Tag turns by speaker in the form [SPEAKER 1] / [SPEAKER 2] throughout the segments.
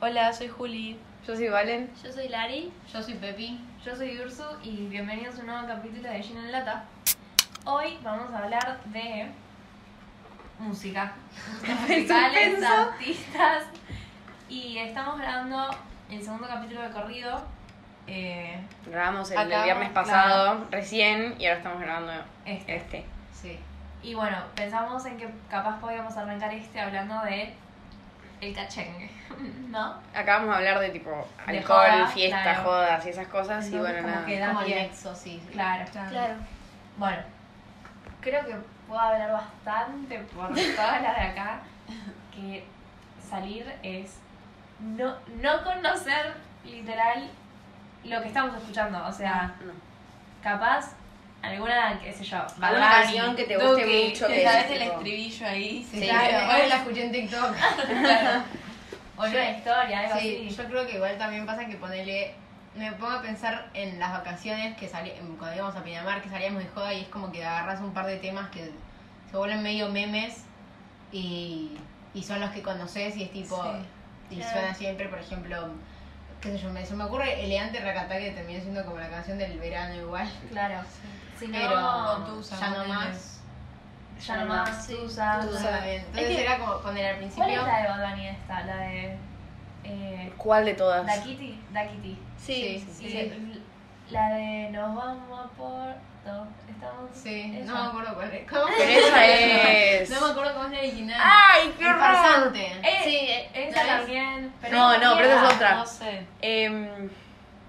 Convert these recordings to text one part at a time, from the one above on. [SPEAKER 1] Hola, soy Juli.
[SPEAKER 2] Yo soy Valen.
[SPEAKER 3] Yo soy Lari.
[SPEAKER 4] Yo soy Pepi.
[SPEAKER 3] Yo soy Ursu y bienvenidos a un nuevo capítulo de Gin en Lata. Hoy vamos a hablar de música, musicales,
[SPEAKER 2] pensó.
[SPEAKER 3] artistas y estamos grabando el segundo capítulo de corrido. Eh,
[SPEAKER 2] Grabamos el,
[SPEAKER 1] Acá,
[SPEAKER 2] viernes pasado, recién, y ahora estamos grabando
[SPEAKER 3] este.
[SPEAKER 2] este.
[SPEAKER 4] Sí.
[SPEAKER 3] Y bueno, pensamos en que capaz podíamos arrancar este hablando de el cachengue, ¿no?
[SPEAKER 2] Acá vamos a hablar de tipo
[SPEAKER 3] De
[SPEAKER 2] alcohol,
[SPEAKER 3] joda,
[SPEAKER 2] fiesta,
[SPEAKER 3] claro.
[SPEAKER 2] jodas y esas cosas, y
[SPEAKER 3] Entonces,
[SPEAKER 2] bueno,
[SPEAKER 3] como
[SPEAKER 2] nada.
[SPEAKER 3] que da
[SPEAKER 4] Como el
[SPEAKER 3] pie.
[SPEAKER 4] nexo, sí. sí.
[SPEAKER 3] Claro. Bueno, creo que puedo hablar bastante por todas las de acá que salir es no, no conocer literal lo que estamos escuchando. O sea,
[SPEAKER 2] No.
[SPEAKER 3] capaz alguna, qué sé yo, Bad
[SPEAKER 2] Alguna
[SPEAKER 3] Bunny,
[SPEAKER 2] canción que te guste
[SPEAKER 3] Duki,
[SPEAKER 2] mucho.
[SPEAKER 1] Que
[SPEAKER 2] que
[SPEAKER 1] sabes
[SPEAKER 2] es,
[SPEAKER 1] el
[SPEAKER 2] tipo-
[SPEAKER 1] estribillo ahí.
[SPEAKER 4] Sí.
[SPEAKER 1] sí.
[SPEAKER 3] Claro.
[SPEAKER 4] Hoy la escuché en TikTok.
[SPEAKER 3] claro, o una historia, algo
[SPEAKER 4] Sí,
[SPEAKER 3] así.
[SPEAKER 4] yo creo que igual también pasa que ponele. Me pongo a pensar en las vacaciones que salí, en- cuando íbamos a Pinamar, que salíamos de joda y es como que agarras un par de temas que se vuelven medio memes y, y son los que conoces y es tipo. Y
[SPEAKER 3] Claro.
[SPEAKER 4] suena siempre, por ejemplo, qué sé yo, me, se me ocurre Eleante Racatá que terminó siendo como la canción del verano igual.
[SPEAKER 3] Claro. Si no,
[SPEAKER 4] Pero
[SPEAKER 1] Tusa,
[SPEAKER 4] ya no
[SPEAKER 1] ponele.
[SPEAKER 4] más.
[SPEAKER 3] ya nomás,
[SPEAKER 4] Sí.
[SPEAKER 3] Tusa.
[SPEAKER 4] Tusa también. Entonces
[SPEAKER 1] Es que-
[SPEAKER 4] era como poner al
[SPEAKER 3] ¿Cuál es
[SPEAKER 4] principio.
[SPEAKER 3] la de Bad Bunny esta? La de... Eh,
[SPEAKER 2] ¿Cuál de todas?
[SPEAKER 3] Da Kitty, Da Kitty.
[SPEAKER 4] Sí, sí,
[SPEAKER 3] Y le- La de nos vamos a Porto. Estamos.
[SPEAKER 4] Sí,
[SPEAKER 3] esa.
[SPEAKER 4] no me acuerdo cuál es. ¿Cómo
[SPEAKER 2] Pero esa es.
[SPEAKER 4] No me acuerdo cómo es la original.
[SPEAKER 2] ¡Ay, qué
[SPEAKER 4] El
[SPEAKER 2] horror!
[SPEAKER 4] farsante.
[SPEAKER 3] Eh, esa
[SPEAKER 4] ¿no es?
[SPEAKER 3] también.
[SPEAKER 2] No,
[SPEAKER 3] es
[SPEAKER 2] no, pero esa es
[SPEAKER 3] vieja.
[SPEAKER 2] otra.
[SPEAKER 1] No sé.
[SPEAKER 2] Em,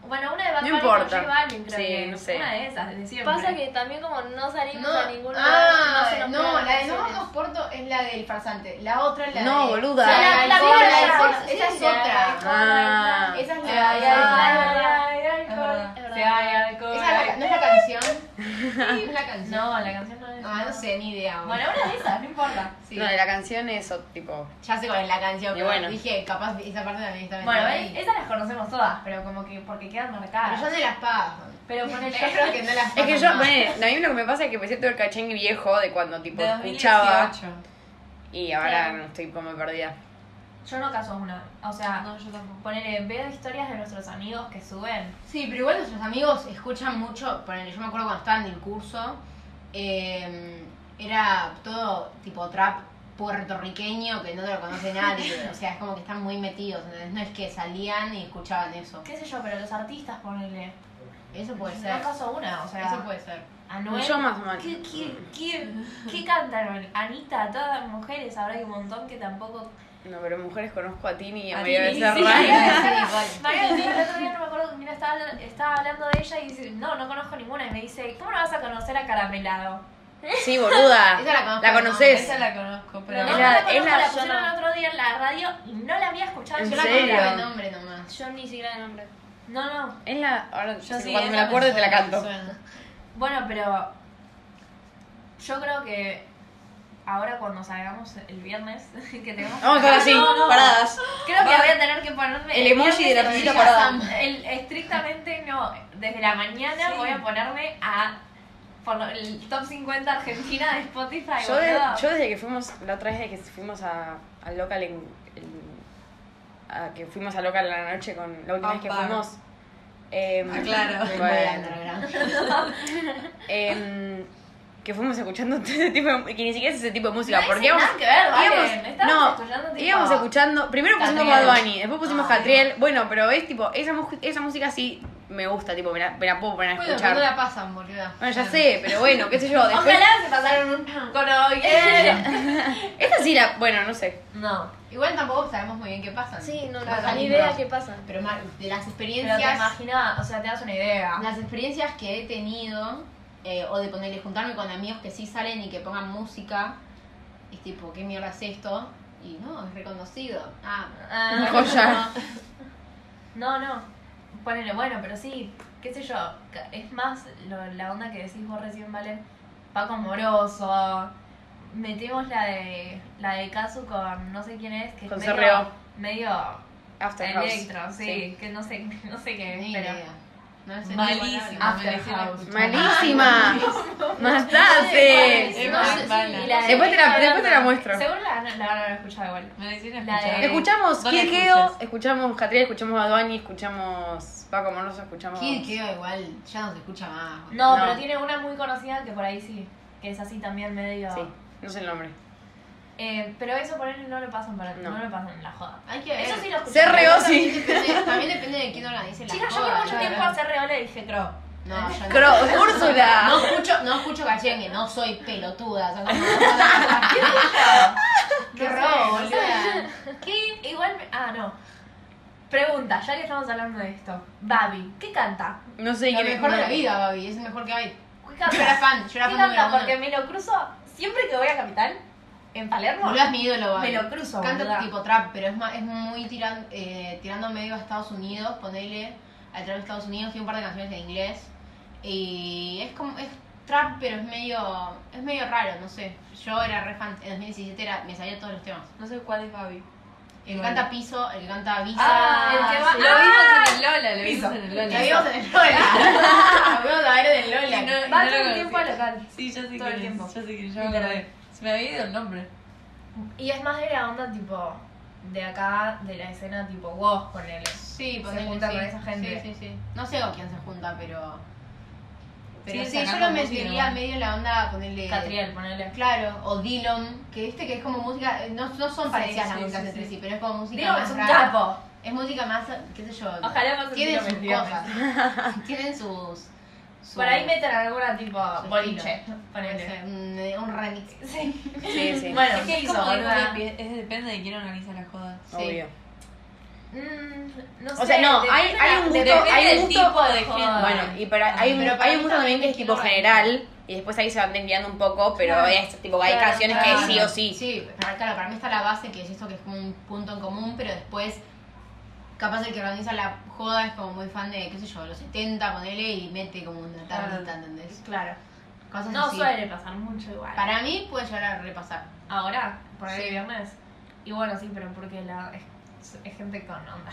[SPEAKER 3] Bueno, una de Bad
[SPEAKER 2] No
[SPEAKER 3] Bunny
[SPEAKER 2] importa.
[SPEAKER 3] con J Balvin, creo
[SPEAKER 2] Sí,
[SPEAKER 3] que
[SPEAKER 2] no
[SPEAKER 3] es.
[SPEAKER 2] sé.
[SPEAKER 3] Una de esas, de siempre.
[SPEAKER 5] Pasa que también como no salimos
[SPEAKER 4] No,
[SPEAKER 5] a ningún lugar,
[SPEAKER 4] ah,
[SPEAKER 5] no se nos
[SPEAKER 4] no,
[SPEAKER 5] pegan
[SPEAKER 4] la de
[SPEAKER 5] las
[SPEAKER 4] No
[SPEAKER 5] opciones.
[SPEAKER 4] Vamos Porto es la del farsante. La otra es la
[SPEAKER 2] No,
[SPEAKER 4] de.
[SPEAKER 2] boluda.
[SPEAKER 4] La,
[SPEAKER 5] La-
[SPEAKER 4] del
[SPEAKER 5] la
[SPEAKER 4] alcohol,
[SPEAKER 5] vieja,
[SPEAKER 4] la del
[SPEAKER 5] sí,
[SPEAKER 4] sexo,
[SPEAKER 5] sí,
[SPEAKER 4] Esa es
[SPEAKER 5] sí, la
[SPEAKER 4] otra.
[SPEAKER 2] ah,
[SPEAKER 4] Esa es
[SPEAKER 1] Ah,
[SPEAKER 4] la.
[SPEAKER 5] Ay, ay,
[SPEAKER 4] esa
[SPEAKER 5] ay,
[SPEAKER 3] Ay, ay,
[SPEAKER 4] Es verdad,
[SPEAKER 3] alcohol.
[SPEAKER 5] es
[SPEAKER 3] Se
[SPEAKER 5] verdad.
[SPEAKER 3] hay alcohol.
[SPEAKER 4] es la- ¿No es la canción? Sí, es la canción.
[SPEAKER 3] No, la canción no es.
[SPEAKER 4] Ah, no sé, ni idea.
[SPEAKER 3] Bueno, una de esas, no importa.
[SPEAKER 4] Sí.
[SPEAKER 2] No, de la canción es o- tipo.
[SPEAKER 4] Ya sé cuál es la canción,
[SPEAKER 2] Y
[SPEAKER 4] pero
[SPEAKER 2] bueno.
[SPEAKER 4] dije, capaz esa parte también está
[SPEAKER 3] Bueno,
[SPEAKER 4] metida
[SPEAKER 3] eh,
[SPEAKER 4] ahí.
[SPEAKER 3] esas las conocemos todas, pero como que porque quedan
[SPEAKER 4] Pero yo
[SPEAKER 3] marcadas.
[SPEAKER 4] no las pago.
[SPEAKER 3] Pero ponele.
[SPEAKER 4] Yo creo que Ah, no las
[SPEAKER 2] Es
[SPEAKER 4] pago.
[SPEAKER 2] que yo,
[SPEAKER 4] más.
[SPEAKER 2] bueno, a mí lo que me pasa es que me siento el cachengue viejo de cuando tipo
[SPEAKER 1] De
[SPEAKER 2] escuchaba
[SPEAKER 1] 2018.
[SPEAKER 2] y ahora
[SPEAKER 3] Claro.
[SPEAKER 2] no estoy como perdida.
[SPEAKER 3] Yo no caso una. O sea,
[SPEAKER 1] No, yo tampoco.
[SPEAKER 3] Ponele, veo historias de nuestros amigos que suben.
[SPEAKER 4] Sí, pero igual nuestros amigos escuchan mucho, ponele, yo me acuerdo cuando estaba en el curso, eh, era todo tipo trap puertorriqueño que no te lo conoce nadie, o sea, es como que están muy metidos, entonces no es que salían y escuchaban eso.
[SPEAKER 3] ¿Qué sé yo? Pero los artistas, ponele.
[SPEAKER 4] Eso puede
[SPEAKER 3] no
[SPEAKER 4] ser.
[SPEAKER 3] caso una, o sea.
[SPEAKER 4] Eso puede ser.
[SPEAKER 3] Anuel.
[SPEAKER 2] Yo más o menos.
[SPEAKER 3] ¿Qué, qué, qué, qué cantaron? Anita, todas las mujeres, ahora hay un montón que tampoco.
[SPEAKER 2] No, pero mujeres conozco a Tini y a
[SPEAKER 1] A
[SPEAKER 2] María
[SPEAKER 1] Tini,
[SPEAKER 2] Becerra.
[SPEAKER 1] sí.
[SPEAKER 3] María del Pilar, el otro día no me acuerdo con quién estaba, estaba hablando de ella y dice, no, no conozco ninguna. Y me dice, ¿cómo no vas a conocer a Caramelado?
[SPEAKER 2] Sí, boluda.
[SPEAKER 4] Esa la conozco.
[SPEAKER 2] La conoces.
[SPEAKER 1] Esa la conozco, pero.
[SPEAKER 3] Pero no,
[SPEAKER 2] Es
[SPEAKER 3] no
[SPEAKER 2] la-
[SPEAKER 3] la,
[SPEAKER 2] es
[SPEAKER 3] conozco,
[SPEAKER 2] la-
[SPEAKER 3] la, pusieron el otro día en la radio y no la había escuchado.
[SPEAKER 2] ¿En
[SPEAKER 4] Yo
[SPEAKER 3] Yo
[SPEAKER 4] la
[SPEAKER 3] la
[SPEAKER 2] serio?
[SPEAKER 4] conozco de nombre nomás.
[SPEAKER 5] Yo ni siquiera de nombre.
[SPEAKER 3] No, no.
[SPEAKER 2] Es la. Ahora,
[SPEAKER 1] Yo sí,
[SPEAKER 2] cuando me
[SPEAKER 1] esa
[SPEAKER 2] la acuerde te la
[SPEAKER 4] suena,
[SPEAKER 2] canto.
[SPEAKER 4] suena.
[SPEAKER 3] Bueno, pero yo creo que ahora cuando salgamos el viernes que tenemos
[SPEAKER 2] Vamos a estar así,
[SPEAKER 3] No, no.
[SPEAKER 2] paradas.
[SPEAKER 3] Creo que voy a tener que ponerme
[SPEAKER 2] El emoji de la
[SPEAKER 3] viernes
[SPEAKER 2] pibita
[SPEAKER 3] en
[SPEAKER 2] parada.
[SPEAKER 3] casa. El- estrictamente no, desde la mañana
[SPEAKER 1] Sí.
[SPEAKER 3] voy a ponerme a por lo- el top 50 Argentina de Spotify.
[SPEAKER 2] Yo, de-
[SPEAKER 3] boludo.
[SPEAKER 2] yo desde que fuimos, la otra vez de que fuimos a, al local en, en- a que fuimos al local en la noche con la última
[SPEAKER 1] A
[SPEAKER 2] vez que
[SPEAKER 1] un bar.
[SPEAKER 2] fuimos. em,
[SPEAKER 1] Ah, claro.
[SPEAKER 4] Muy
[SPEAKER 2] bueno,
[SPEAKER 4] underground.
[SPEAKER 2] em, que fuimos escuchando ese tipo de- que ni siquiera es ese tipo de música. porque
[SPEAKER 3] No
[SPEAKER 2] íbamos,
[SPEAKER 3] tiene nada que ver,
[SPEAKER 2] íbamos-
[SPEAKER 3] Valen, estábamos
[SPEAKER 2] no,
[SPEAKER 3] escuchando tipo-
[SPEAKER 2] íbamos escuchando. Primero pusimos
[SPEAKER 4] Catriel.
[SPEAKER 2] Bad Bunny, después pusimos
[SPEAKER 4] Ah,
[SPEAKER 2] Catriel. Bueno, pero es tipo, esa, mu- esa música sí me gusta, tipo, me la, me la puedo poner a
[SPEAKER 4] Bueno,
[SPEAKER 2] escuchar.
[SPEAKER 4] pero no la pasan, boluda.
[SPEAKER 2] Bueno, ya sé, pero bueno, qué sé yo. Después,
[SPEAKER 3] Ojalá se pasaron un con hoy.
[SPEAKER 2] Esta sí la. Bueno, no sé.
[SPEAKER 3] No,
[SPEAKER 4] Igual tampoco sabemos muy bien qué pasan.
[SPEAKER 5] Sí, no, no,
[SPEAKER 4] Claro.
[SPEAKER 5] ni idea qué pasa.
[SPEAKER 4] Pero ma- de
[SPEAKER 3] pero
[SPEAKER 4] las
[SPEAKER 3] te
[SPEAKER 4] experiencias
[SPEAKER 3] imaginas, o sea, te das una idea.
[SPEAKER 4] Las experiencias que he tenido, eh, o de ponerle juntarme con amigos que sí salen y que pongan música, es tipo, ¿qué mierda es esto? Y no, es reconocido. Ah,
[SPEAKER 3] Ah.
[SPEAKER 2] Joya.
[SPEAKER 3] No, no. Ponele, bueno, pero sí, qué sé yo, ca- es más lo- la onda que decís vos recién, ¿vale? Paco Moroso. Metemos la de la de Casu con no sé quién es, que
[SPEAKER 2] Con
[SPEAKER 3] es medio,
[SPEAKER 2] Cerreo.
[SPEAKER 3] medio
[SPEAKER 2] After House.
[SPEAKER 3] electro, sí, que no sé, no sé qué es,
[SPEAKER 4] ni
[SPEAKER 3] pero
[SPEAKER 4] idea. No le sé
[SPEAKER 1] Malísima.
[SPEAKER 4] igual
[SPEAKER 1] me
[SPEAKER 4] a-
[SPEAKER 1] la hicieron
[SPEAKER 3] After House.
[SPEAKER 1] escuchar.
[SPEAKER 2] Malísima.
[SPEAKER 1] Es
[SPEAKER 2] Mataste.
[SPEAKER 1] muy
[SPEAKER 5] sé,
[SPEAKER 1] mala.
[SPEAKER 5] y la de
[SPEAKER 2] Después te la,
[SPEAKER 5] Ricky
[SPEAKER 2] después te la
[SPEAKER 5] Baranda.
[SPEAKER 2] muestro.
[SPEAKER 3] Seguro la, la van a haber escuchado igual.
[SPEAKER 1] Me la hicieron
[SPEAKER 3] La de-
[SPEAKER 1] escuchar.
[SPEAKER 2] Eh, Escuchamos
[SPEAKER 1] ¿Dónde
[SPEAKER 2] Kikeo,
[SPEAKER 1] escuchas?
[SPEAKER 2] escuchamos Catriel, escuchamos a Duani, escuchamos Paco Moroso, escuchamos.
[SPEAKER 4] Kid Keo Ah, igual ya no se escucha más. boludo.
[SPEAKER 3] No,
[SPEAKER 2] No.
[SPEAKER 3] pero tiene una muy conocida que por ahí sí. Que es así también medio.
[SPEAKER 2] Sí, no sé el nombre.
[SPEAKER 3] Eh, pero eso por él no lo pasan para
[SPEAKER 2] No.
[SPEAKER 3] no. lo pasan en la joda.
[SPEAKER 4] Hay que ver.
[SPEAKER 3] Eso sí lo escuché.
[SPEAKER 2] CRO.
[SPEAKER 4] También
[SPEAKER 2] sí.
[SPEAKER 4] depende- También depende de quién organice la
[SPEAKER 3] Chicas, yo
[SPEAKER 4] joda,
[SPEAKER 3] por mucho
[SPEAKER 4] la
[SPEAKER 3] tiempo
[SPEAKER 4] verdad.
[SPEAKER 3] a CRO le dije Crow.
[SPEAKER 4] No, yo no.
[SPEAKER 2] Cro, Úrsula.
[SPEAKER 4] No escucho, no escucho cachengue, no soy pelotuda. o sea, como- Qué
[SPEAKER 3] No sé,
[SPEAKER 4] robo,
[SPEAKER 3] no sé.
[SPEAKER 4] boluda.
[SPEAKER 3] ¿Qué? Igual. me- Ah, no. Pregunta, ya que estamos hablando de esto. Babi, ¿qué canta?
[SPEAKER 2] No sé
[SPEAKER 4] Lo
[SPEAKER 2] quién
[SPEAKER 4] mejor de la
[SPEAKER 2] es.
[SPEAKER 4] vida, Babi, es lo mejor que hay.
[SPEAKER 3] ¿Qué
[SPEAKER 4] Yo era
[SPEAKER 3] canta?
[SPEAKER 4] fan, yo era
[SPEAKER 3] ¿Qué
[SPEAKER 4] fan número
[SPEAKER 3] canta?
[SPEAKER 4] uno.
[SPEAKER 3] Porque me lo cruzo siempre que voy a Capital, en Palermo.
[SPEAKER 4] Boluda es mi ídolo, Babi.
[SPEAKER 3] Me lo cruzo,
[SPEAKER 4] Canta
[SPEAKER 3] boluda.
[SPEAKER 4] tipo trap, pero es, ma- es muy tiran- eh, tirando medio a Estados Unidos, ponele al trap de Estados Unidos, tiene un par de canciones en inglés. Y es como, es trap, pero es medio, es medio raro, no sé. Yo era re fan, en 2017 era- me sabía todos los temas.
[SPEAKER 1] No sé cuál es Babi.
[SPEAKER 4] El que canta Piso, el que canta Visa.
[SPEAKER 3] Ah,
[SPEAKER 1] el que va.
[SPEAKER 3] sí.
[SPEAKER 1] Lo vimos en el Lola, lo
[SPEAKER 3] Piso.
[SPEAKER 1] vimos en el
[SPEAKER 4] La
[SPEAKER 1] Lola.
[SPEAKER 4] vimos en el Lola. La vimos a ver en el
[SPEAKER 1] Sí, no,
[SPEAKER 4] Lola.
[SPEAKER 1] no
[SPEAKER 3] Va
[SPEAKER 1] lo
[SPEAKER 3] todo el
[SPEAKER 1] conocí.
[SPEAKER 3] tiempo al local.
[SPEAKER 1] Sí, yo sé
[SPEAKER 3] Todo el
[SPEAKER 1] quién
[SPEAKER 3] tiempo.
[SPEAKER 1] es. Yo sé quién es, yo me acordé. Se me había ido el nombre.
[SPEAKER 3] Y es más de la onda tipo de acá, de la escena tipo vos con él.
[SPEAKER 4] Sí,
[SPEAKER 3] ponele, sí.
[SPEAKER 4] Sí, sí, sí. No sé con quién se junta, pero. Pero
[SPEAKER 1] Sí,
[SPEAKER 4] sí, yo
[SPEAKER 1] sacan
[SPEAKER 4] lo
[SPEAKER 1] música
[SPEAKER 4] metería
[SPEAKER 1] igual.
[SPEAKER 4] medio en la onda ponerle.
[SPEAKER 3] Catriel, ponele.
[SPEAKER 4] Claro, o Dillon, que viste que es como música. eh, No, no son
[SPEAKER 1] Sí,
[SPEAKER 4] parecidas las
[SPEAKER 1] sí,
[SPEAKER 4] músicas
[SPEAKER 1] sí,
[SPEAKER 4] entre
[SPEAKER 1] sí.
[SPEAKER 4] sí, pero es como música.
[SPEAKER 3] Digo que
[SPEAKER 4] más
[SPEAKER 3] es un
[SPEAKER 4] rara.
[SPEAKER 3] capo.
[SPEAKER 4] Es música más, qué sé yo.
[SPEAKER 3] Ojalá más
[SPEAKER 4] Tienen sus
[SPEAKER 3] estilo
[SPEAKER 4] cosas. Tienen sus. sus-
[SPEAKER 3] Por ahí meten alguna tipo
[SPEAKER 4] su
[SPEAKER 3] boliche.
[SPEAKER 4] estilo. Puede
[SPEAKER 3] Ponele.
[SPEAKER 4] ser, Un, un remix.
[SPEAKER 3] Sí.
[SPEAKER 2] Sí, sí.
[SPEAKER 3] Bueno,
[SPEAKER 1] Es que
[SPEAKER 3] ¿qué
[SPEAKER 1] es
[SPEAKER 3] hizo?
[SPEAKER 1] como de un
[SPEAKER 3] boluda?
[SPEAKER 1] hippie, es- depende de quién organiza la joda.
[SPEAKER 4] sí.
[SPEAKER 2] Obvio.
[SPEAKER 3] Mm, no
[SPEAKER 2] O sea, no,
[SPEAKER 3] depende
[SPEAKER 2] hay- hay
[SPEAKER 3] la-
[SPEAKER 2] un gusto-
[SPEAKER 3] depende
[SPEAKER 2] hay un
[SPEAKER 3] del
[SPEAKER 2] gusto-
[SPEAKER 3] tipo de gente.
[SPEAKER 2] Bueno, y para, hay, un-
[SPEAKER 4] Pero para
[SPEAKER 2] hay
[SPEAKER 4] mí
[SPEAKER 2] un gusto también que es tipo
[SPEAKER 4] también
[SPEAKER 2] general y después ahí se van desviando un poco, pero
[SPEAKER 3] Claro.
[SPEAKER 2] es tipo, hay
[SPEAKER 3] Claro,
[SPEAKER 2] canciones
[SPEAKER 3] claro.
[SPEAKER 2] que sí o sí.
[SPEAKER 4] Ah. Sí, para, claro, para mí está la base que es esto que es como un punto en común, pero después capaz el que organiza la joda es como muy fan de, qué sé yo, los 70, ponele, y mete como una tardita,
[SPEAKER 3] Claro.
[SPEAKER 4] ¿entendés?
[SPEAKER 3] Claro.
[SPEAKER 4] Cosas
[SPEAKER 3] No
[SPEAKER 4] así.
[SPEAKER 3] suele pasar mucho igual.
[SPEAKER 4] Para mí puede llegar a repasar.
[SPEAKER 3] Ahora, por ahí
[SPEAKER 4] Sí.
[SPEAKER 3] viernes. Y bueno, sí, pero porque la es, es gente con onda.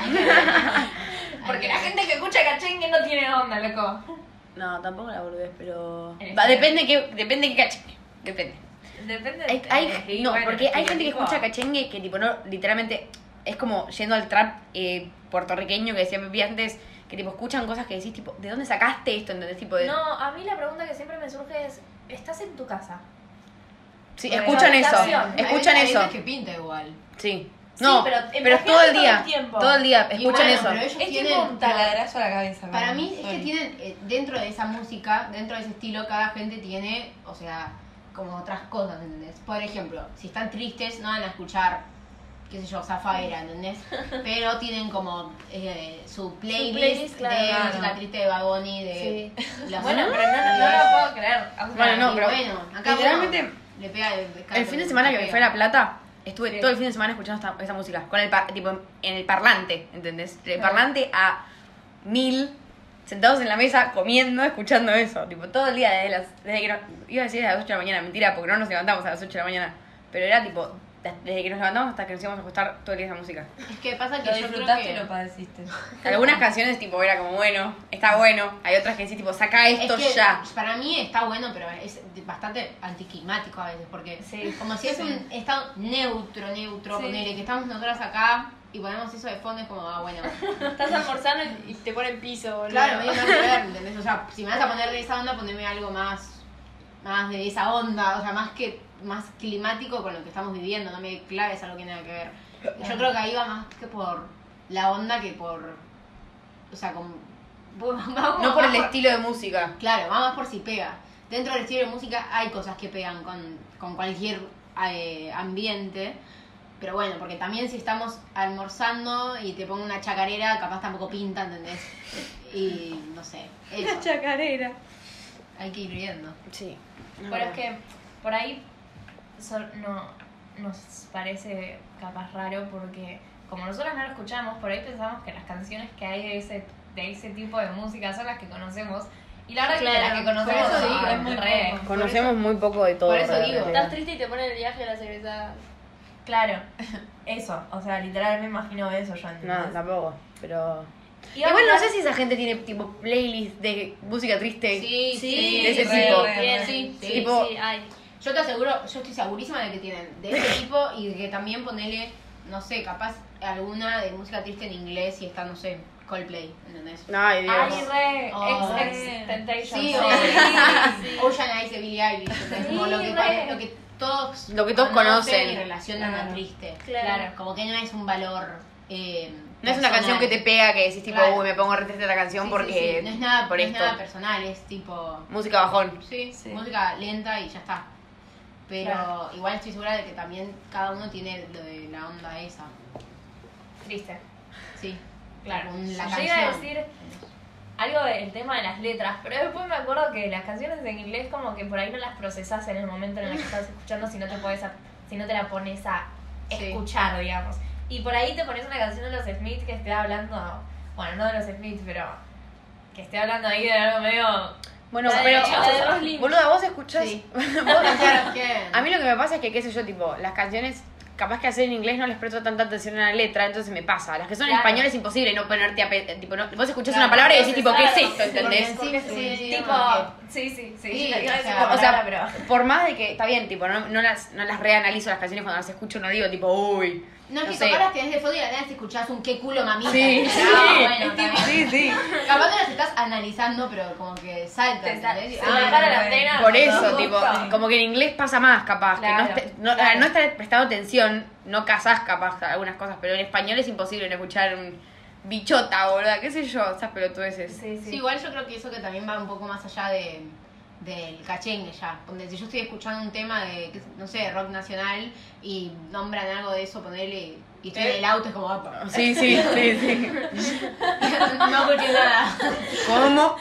[SPEAKER 4] Hay que ver.
[SPEAKER 3] Porque la gente que escucha cachengue no tiene onda, loco.
[SPEAKER 2] No, tampoco la boludez, pero.
[SPEAKER 3] El
[SPEAKER 2] Va,
[SPEAKER 3] estilo.
[SPEAKER 2] depende que, depende que cache. Depende.
[SPEAKER 3] Depende
[SPEAKER 2] Hay,
[SPEAKER 3] de-
[SPEAKER 2] hay-
[SPEAKER 3] sí,
[SPEAKER 2] no,
[SPEAKER 3] bueno,
[SPEAKER 2] porque hay
[SPEAKER 3] sí,
[SPEAKER 2] gente que
[SPEAKER 3] tipo,
[SPEAKER 2] escucha cachengue que tipo no, literalmente, es como yendo al trap eh, puertorriqueño que decía Pepi antes, que tipo escuchan cosas que decís tipo, ¿de dónde sacaste esto? ¿Entendés? Tipo de,
[SPEAKER 3] No, a mí la pregunta que siempre me surge es, ¿estás en tu casa?
[SPEAKER 2] sí,
[SPEAKER 3] eh,
[SPEAKER 2] escuchan eso.
[SPEAKER 3] habitación.
[SPEAKER 4] Hay
[SPEAKER 2] Escuchan
[SPEAKER 4] veces- hay
[SPEAKER 2] eso.
[SPEAKER 4] veces que pinta igual.
[SPEAKER 2] Sí.
[SPEAKER 3] Sí,
[SPEAKER 2] No,
[SPEAKER 3] pero
[SPEAKER 2] pero,
[SPEAKER 3] en
[SPEAKER 2] es todo el
[SPEAKER 3] todo el
[SPEAKER 2] día.
[SPEAKER 3] tiempo.
[SPEAKER 2] Todo el día,
[SPEAKER 4] Y
[SPEAKER 2] escuchan
[SPEAKER 4] bueno,
[SPEAKER 2] eso.
[SPEAKER 4] pero ellos
[SPEAKER 1] Es
[SPEAKER 4] tienen-
[SPEAKER 1] tipo un taladrazo a la cabeza.
[SPEAKER 4] Para mí es
[SPEAKER 1] sorry.
[SPEAKER 4] que tienen, eh, dentro de esa música, dentro de ese estilo, cada gente tiene, o sea, como otras cosas, ¿entendés? Por ejemplo, si están tristes no van a escuchar, qué sé yo, Zafaera, ¿entendés? Pero tienen como eh, su playlist,
[SPEAKER 5] playlist, claro.
[SPEAKER 4] de
[SPEAKER 1] Claro.
[SPEAKER 4] música triste de Baboni, de... los-
[SPEAKER 3] Bueno, pero no, no, lo puedo creer. O sea,
[SPEAKER 2] Bueno, no,
[SPEAKER 4] y
[SPEAKER 2] pero
[SPEAKER 4] bueno, acá
[SPEAKER 2] literalmente,
[SPEAKER 4] uno le pega el,
[SPEAKER 2] El fin de semana que me fui a La Plata, estuve todo el fin de semana escuchando esta, esta música. Con el pa- tipo, en el parlante, ¿entendés? El parlante a mil, sentados en la mesa, comiendo, escuchando eso. Tipo, todo el día desde las. Desde que no- iba a decir desde las 8 de la mañana, mentira, porque no nos levantamos a las 8 de la mañana. Pero era tipo, desde que nos levantamos hasta que nos íbamos a acostar todo el día esa música.
[SPEAKER 4] Es que pasa que
[SPEAKER 1] Lo
[SPEAKER 4] yo creo
[SPEAKER 1] disfrutaste
[SPEAKER 4] que-
[SPEAKER 1] y lo padeciste.
[SPEAKER 2] Algunas canciones, tipo, era como bueno, está bueno. Hay otras que decís, tipo, saca esto
[SPEAKER 4] Es que
[SPEAKER 2] ya.
[SPEAKER 4] Para mí está bueno, pero es bastante anticlimático a veces, porque
[SPEAKER 3] Sí.
[SPEAKER 4] como si es un estado neutro, neutro,
[SPEAKER 1] Sí.
[SPEAKER 4] ponele, que estamos nosotras acá y ponemos eso de fondo, es como, ah, bueno.
[SPEAKER 5] Estás almorzando y- y te ponen piso, boludo.
[SPEAKER 4] Claro, medio nada que ver, ¿entendés? O sea, si me vas a poner de esa onda, poneme algo más, más de esa onda, o sea, más que más climático con lo que estamos viviendo, no me claves algo que nada que ver. Yo creo que ahí va más que por la onda que por, o sea, como...
[SPEAKER 2] No por el estilo de música.
[SPEAKER 4] Claro, va más por si pega. Dentro del estilo de música hay cosas que pegan con, con cualquier eh, ambiente. Pero bueno, porque también si estamos almorzando y te pongo una chacarera, capaz tampoco pinta, ¿entendés? Y no sé. Eso.
[SPEAKER 2] Chacarera.
[SPEAKER 4] Hay que ir viendo.
[SPEAKER 2] Sí.
[SPEAKER 3] Pero es que por ahí sol- no, nos parece capaz raro porque como nosotros no lo escuchamos, por ahí pensamos que las canciones que hay de ese, de ese tipo de música son las que conocemos. Y la verdad que
[SPEAKER 5] Claro,
[SPEAKER 3] las que conocemos
[SPEAKER 4] por eso digo,
[SPEAKER 3] son
[SPEAKER 4] es
[SPEAKER 1] muy
[SPEAKER 3] re-
[SPEAKER 1] poco.
[SPEAKER 2] Conocemos muy poco de todo.
[SPEAKER 4] por eso digo,
[SPEAKER 2] realmente.
[SPEAKER 5] Estás triste y te ponen el viaje a la secretaria.
[SPEAKER 3] Claro, eso. O sea, literal me imagino eso yo.
[SPEAKER 2] No, Ah,
[SPEAKER 3] ¿entendés?
[SPEAKER 2] tampoco. Pero Igual no sé si esa gente tiene tipo playlist de música triste.
[SPEAKER 4] Sí,
[SPEAKER 5] Sí,
[SPEAKER 2] de ese
[SPEAKER 5] re,
[SPEAKER 2] tipo.
[SPEAKER 5] re, re.
[SPEAKER 4] Sí,
[SPEAKER 5] Sí,
[SPEAKER 4] sí,
[SPEAKER 2] tipo-
[SPEAKER 5] sí, hay.
[SPEAKER 4] Yo te aseguro, yo estoy segurísima de que tienen de este tipo y de que también ponele, no sé, capaz alguna de música triste en inglés y está, no sé, Coldplay, ¿entendés?
[SPEAKER 2] Ay, Dios.
[SPEAKER 3] Ay, re.
[SPEAKER 4] Oh.
[SPEAKER 3] ex, ex Temptation.
[SPEAKER 4] Sí, o Ocean Eyes de Billie Eilish, ¿entendés? Como lo que,
[SPEAKER 3] Sí,
[SPEAKER 4] pare-
[SPEAKER 3] re.
[SPEAKER 4] lo que todos
[SPEAKER 2] Lo que todos conocen.
[SPEAKER 4] y relacionan a
[SPEAKER 3] Claro.
[SPEAKER 4] triste.
[SPEAKER 5] Claro.
[SPEAKER 4] Como que no es un valor eh,
[SPEAKER 2] No es una
[SPEAKER 4] personal.
[SPEAKER 2] canción que te pega que decís tipo,
[SPEAKER 4] Claro.
[SPEAKER 2] uy, me pongo re triste esta canción
[SPEAKER 4] Sí, sí,
[SPEAKER 2] porque.
[SPEAKER 4] sí, No es nada,
[SPEAKER 2] por
[SPEAKER 4] no es
[SPEAKER 2] esto.
[SPEAKER 4] nada personal, es tipo...
[SPEAKER 2] Música bajón.
[SPEAKER 4] Sí,
[SPEAKER 1] Sí.
[SPEAKER 4] música lenta y ya está. Pero
[SPEAKER 3] Claro.
[SPEAKER 4] igual estoy segura de que también cada uno tiene lo de la onda esa.
[SPEAKER 3] Triste.
[SPEAKER 4] Sí,
[SPEAKER 3] Claro.
[SPEAKER 4] Con la
[SPEAKER 3] Yo iba a
[SPEAKER 4] canción.
[SPEAKER 3] decir algo del tema de las letras, pero después me acuerdo que las canciones en inglés como que por ahí no las procesas en el momento en el que estás escuchando si no te podés a- si no te la pones a
[SPEAKER 4] Sí.
[SPEAKER 3] escuchar, digamos. Y por ahí te pones una canción de los Smith que esté hablando, bueno, no de los Smith, pero que esté hablando ahí de algo medio
[SPEAKER 2] Bueno,
[SPEAKER 5] La de-
[SPEAKER 2] pero.
[SPEAKER 5] la de Roslyn.
[SPEAKER 2] Boluda, vos escuchás.
[SPEAKER 4] Sí.
[SPEAKER 2] vos-
[SPEAKER 4] Claro, ¿quién?
[SPEAKER 2] A mí lo que me pasa es que, qué sé yo, tipo, las canciones capaz que hacer en inglés no les presto tanta atención a la letra, entonces me pasa. Las que son en
[SPEAKER 3] Claro.
[SPEAKER 2] español es imposible no ponerte a... pe- Tipo, no- vos escuchás
[SPEAKER 3] Claro,
[SPEAKER 2] una palabra y decís, tipo, ¿qué es
[SPEAKER 3] procesar,
[SPEAKER 2] esto? ¿Entendés?
[SPEAKER 4] porque encima
[SPEAKER 3] Sí,
[SPEAKER 4] es un
[SPEAKER 3] tipo,
[SPEAKER 4] idioma
[SPEAKER 3] sí, sí, sí,
[SPEAKER 4] Sí,
[SPEAKER 3] yo iba a decir
[SPEAKER 4] o sea,
[SPEAKER 3] la
[SPEAKER 2] O sea,
[SPEAKER 3] palabra,
[SPEAKER 2] por más de que, está bien, tipo, no, no las, no las reanalizo las canciones cuando las escucho, no digo, tipo, uy.
[SPEAKER 4] que- No es
[SPEAKER 2] No
[SPEAKER 4] que
[SPEAKER 2] sé.
[SPEAKER 4] capaz las tenés de fondo y la tenés escuchás un qué culo mamita.
[SPEAKER 2] Sí,
[SPEAKER 4] No,
[SPEAKER 2] sí.
[SPEAKER 4] bueno, está bien.
[SPEAKER 2] Sí, sí.
[SPEAKER 4] Capaz no las estás analizando, pero como que salta,
[SPEAKER 3] Te sa-
[SPEAKER 4] ¿entendés?
[SPEAKER 3] se
[SPEAKER 4] Ah,
[SPEAKER 3] me para la
[SPEAKER 1] bueno.
[SPEAKER 3] antena,
[SPEAKER 2] Por
[SPEAKER 3] con
[SPEAKER 2] eso,
[SPEAKER 3] todo
[SPEAKER 2] tipo,
[SPEAKER 3] gusto.
[SPEAKER 2] como que en inglés pasa más, capaz. que
[SPEAKER 3] Claro,
[SPEAKER 2] no, est- no,
[SPEAKER 3] claro.
[SPEAKER 2] al no estar prestando atención, no casás, capaz, algunas cosas, pero en español es imposible no escuchar un bichota, boluda, qué sé yo, esas pelotudeces.
[SPEAKER 3] Sí, sí.
[SPEAKER 4] Sí, igual yo creo que eso que también va un poco más allá de, del cachengue ya. Donde si yo estoy escuchando un tema de, qué sé- no sé, rock nacional y nombran algo de eso, ponerle. Y estoy en el auto, es como. "Apa".
[SPEAKER 2] Sí, sí, sí, sí.
[SPEAKER 4] no escuché nada.
[SPEAKER 2] ¿Cómo?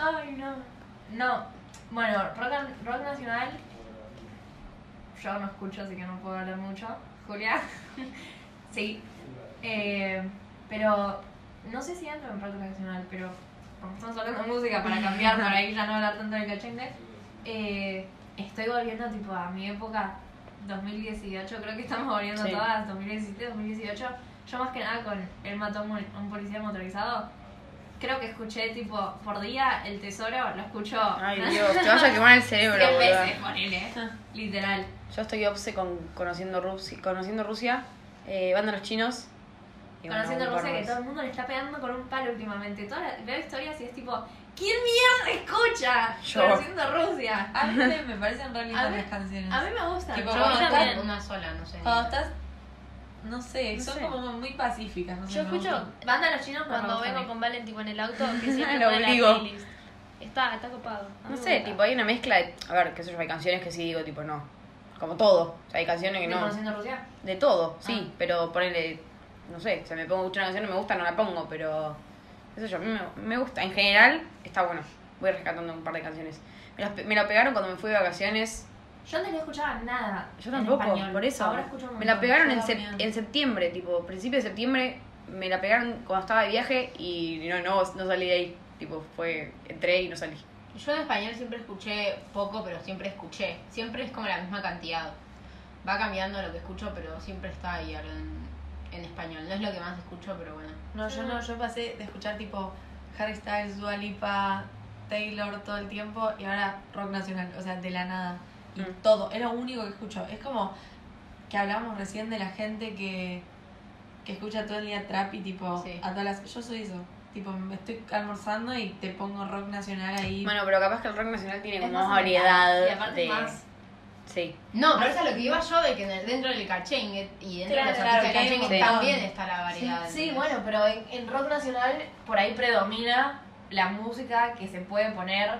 [SPEAKER 3] Ay, no. No. Bueno, rock, an- rock nacional. Yo no escucho, así que no puedo hablar mucho. Julia. sí. Eh, pero no sé si entro en rock nacional, pero como estamos hablando de música para cambiar, para ir ya no hablar tanto del cachengue, eh, estoy volviendo tipo a mi época 2018. Creo que estamos volviendo
[SPEAKER 2] Sí.
[SPEAKER 3] todas, 2017, 2018. Yo más que nada con el mató a un- a un policía motorizado creo que escuché tipo por día el tesoro, lo escucho
[SPEAKER 2] Ay, Dios, te vas a quemar el cerebro,
[SPEAKER 3] tres
[SPEAKER 2] boluda.
[SPEAKER 3] veces, ponele, ¿eh?
[SPEAKER 2] Ah.
[SPEAKER 3] literal.
[SPEAKER 2] Yo estoy obse con conociendo Rusia, conociendo Rusia, eh, banda de los chinos. y bueno,
[SPEAKER 3] Conociendo
[SPEAKER 2] un
[SPEAKER 3] a
[SPEAKER 2] par
[SPEAKER 3] Rusia que
[SPEAKER 2] más.
[SPEAKER 3] todo el mundo le está pegando con un palo últimamente. Toda la- veo historias y es tipo, ¿quién mierda escucha?
[SPEAKER 2] Yo.
[SPEAKER 3] Conociendo a Rusia.
[SPEAKER 1] A mí también me parecen re lindas
[SPEAKER 3] mí-
[SPEAKER 1] las canciones.
[SPEAKER 3] A mí me gusta.
[SPEAKER 1] Tipo,
[SPEAKER 4] Yo
[SPEAKER 1] Pero
[SPEAKER 4] voy
[SPEAKER 1] también-
[SPEAKER 4] con una sola, no sé.
[SPEAKER 1] Cuando estás, no sé,
[SPEAKER 2] No
[SPEAKER 1] son
[SPEAKER 2] sé.
[SPEAKER 1] como muy pacíficas. No sé,
[SPEAKER 5] Yo
[SPEAKER 1] me
[SPEAKER 5] escucho
[SPEAKER 1] gustan.
[SPEAKER 3] Banda de los chinos me
[SPEAKER 5] Cuando
[SPEAKER 3] gusta a
[SPEAKER 5] vengo
[SPEAKER 3] mí.
[SPEAKER 5] con Valen tipo en el auto, que siempre
[SPEAKER 2] Lo
[SPEAKER 5] pone la
[SPEAKER 2] obligo.
[SPEAKER 5] playlist. Está, está copado. A
[SPEAKER 2] No
[SPEAKER 5] mí me
[SPEAKER 2] sé,
[SPEAKER 3] Ah.
[SPEAKER 5] gusta.
[SPEAKER 2] tipo, hay una mezcla de. A ver, qué sé yo, hay canciones que sí digo, tipo, no. Como todo. O sea, hay canciones que
[SPEAKER 3] ¿De
[SPEAKER 2] no.
[SPEAKER 3] Conociendo a Rusia?
[SPEAKER 2] De todo, sí,
[SPEAKER 3] Ah.
[SPEAKER 2] pero ponele. No sé, se me pongo a escuchar una canción, no me gusta, no la pongo, pero. Eso yo, a mí me, me gusta. En general, está bueno. Voy rescatando un par de canciones. Me, las pe- me la pegaron cuando me fui de vacaciones.
[SPEAKER 3] Yo antes no escuchaba nada.
[SPEAKER 2] Yo
[SPEAKER 3] en
[SPEAKER 2] tampoco,
[SPEAKER 3] español.
[SPEAKER 2] por eso.
[SPEAKER 3] Ahora escucho un
[SPEAKER 2] me la
[SPEAKER 3] montón.
[SPEAKER 2] pegaron
[SPEAKER 3] Yo
[SPEAKER 2] en, sep-
[SPEAKER 3] también.
[SPEAKER 2] en septiembre, tipo, principio de septiembre. Me la pegaron cuando estaba de viaje y no, no, no salí de ahí. Tipo, fue. Entré y no salí.
[SPEAKER 4] Yo en español siempre escuché poco, pero siempre escuché. Siempre es como la misma cantidad. Va cambiando lo que escucho, pero siempre está ahí algo en, en español. No es lo que más escucho, pero bueno.
[SPEAKER 1] No, yo no, yo pasé de escuchar tipo Harry Styles, Dua Lipa, Taylor todo el tiempo y ahora rock nacional, o sea, de la nada. Y
[SPEAKER 2] Mm.
[SPEAKER 1] todo, es lo único que escucho. Es como que hablábamos recién de la gente que, que escucha todo el día trap y tipo
[SPEAKER 4] Sí.
[SPEAKER 1] a todas las... Yo soy eso, tipo me estoy almorzando y te pongo rock nacional ahí.
[SPEAKER 2] Bueno, pero capaz que el rock nacional tiene
[SPEAKER 3] Es
[SPEAKER 2] como más
[SPEAKER 3] variado,
[SPEAKER 2] variedad.
[SPEAKER 3] Y aparte
[SPEAKER 2] de...
[SPEAKER 3] más.
[SPEAKER 2] Sí.
[SPEAKER 4] No, pero eso es lo que iba yo de que en el- dentro del cachengue y dentro
[SPEAKER 3] Claro,
[SPEAKER 4] de los
[SPEAKER 1] claro,
[SPEAKER 4] artistas
[SPEAKER 1] que hay un
[SPEAKER 4] cachengue
[SPEAKER 2] montón.
[SPEAKER 4] también está la variedad.
[SPEAKER 3] Sí,
[SPEAKER 4] ¿entendés?
[SPEAKER 3] bueno, pero en, en rock nacional por ahí predomina la música que se puede poner.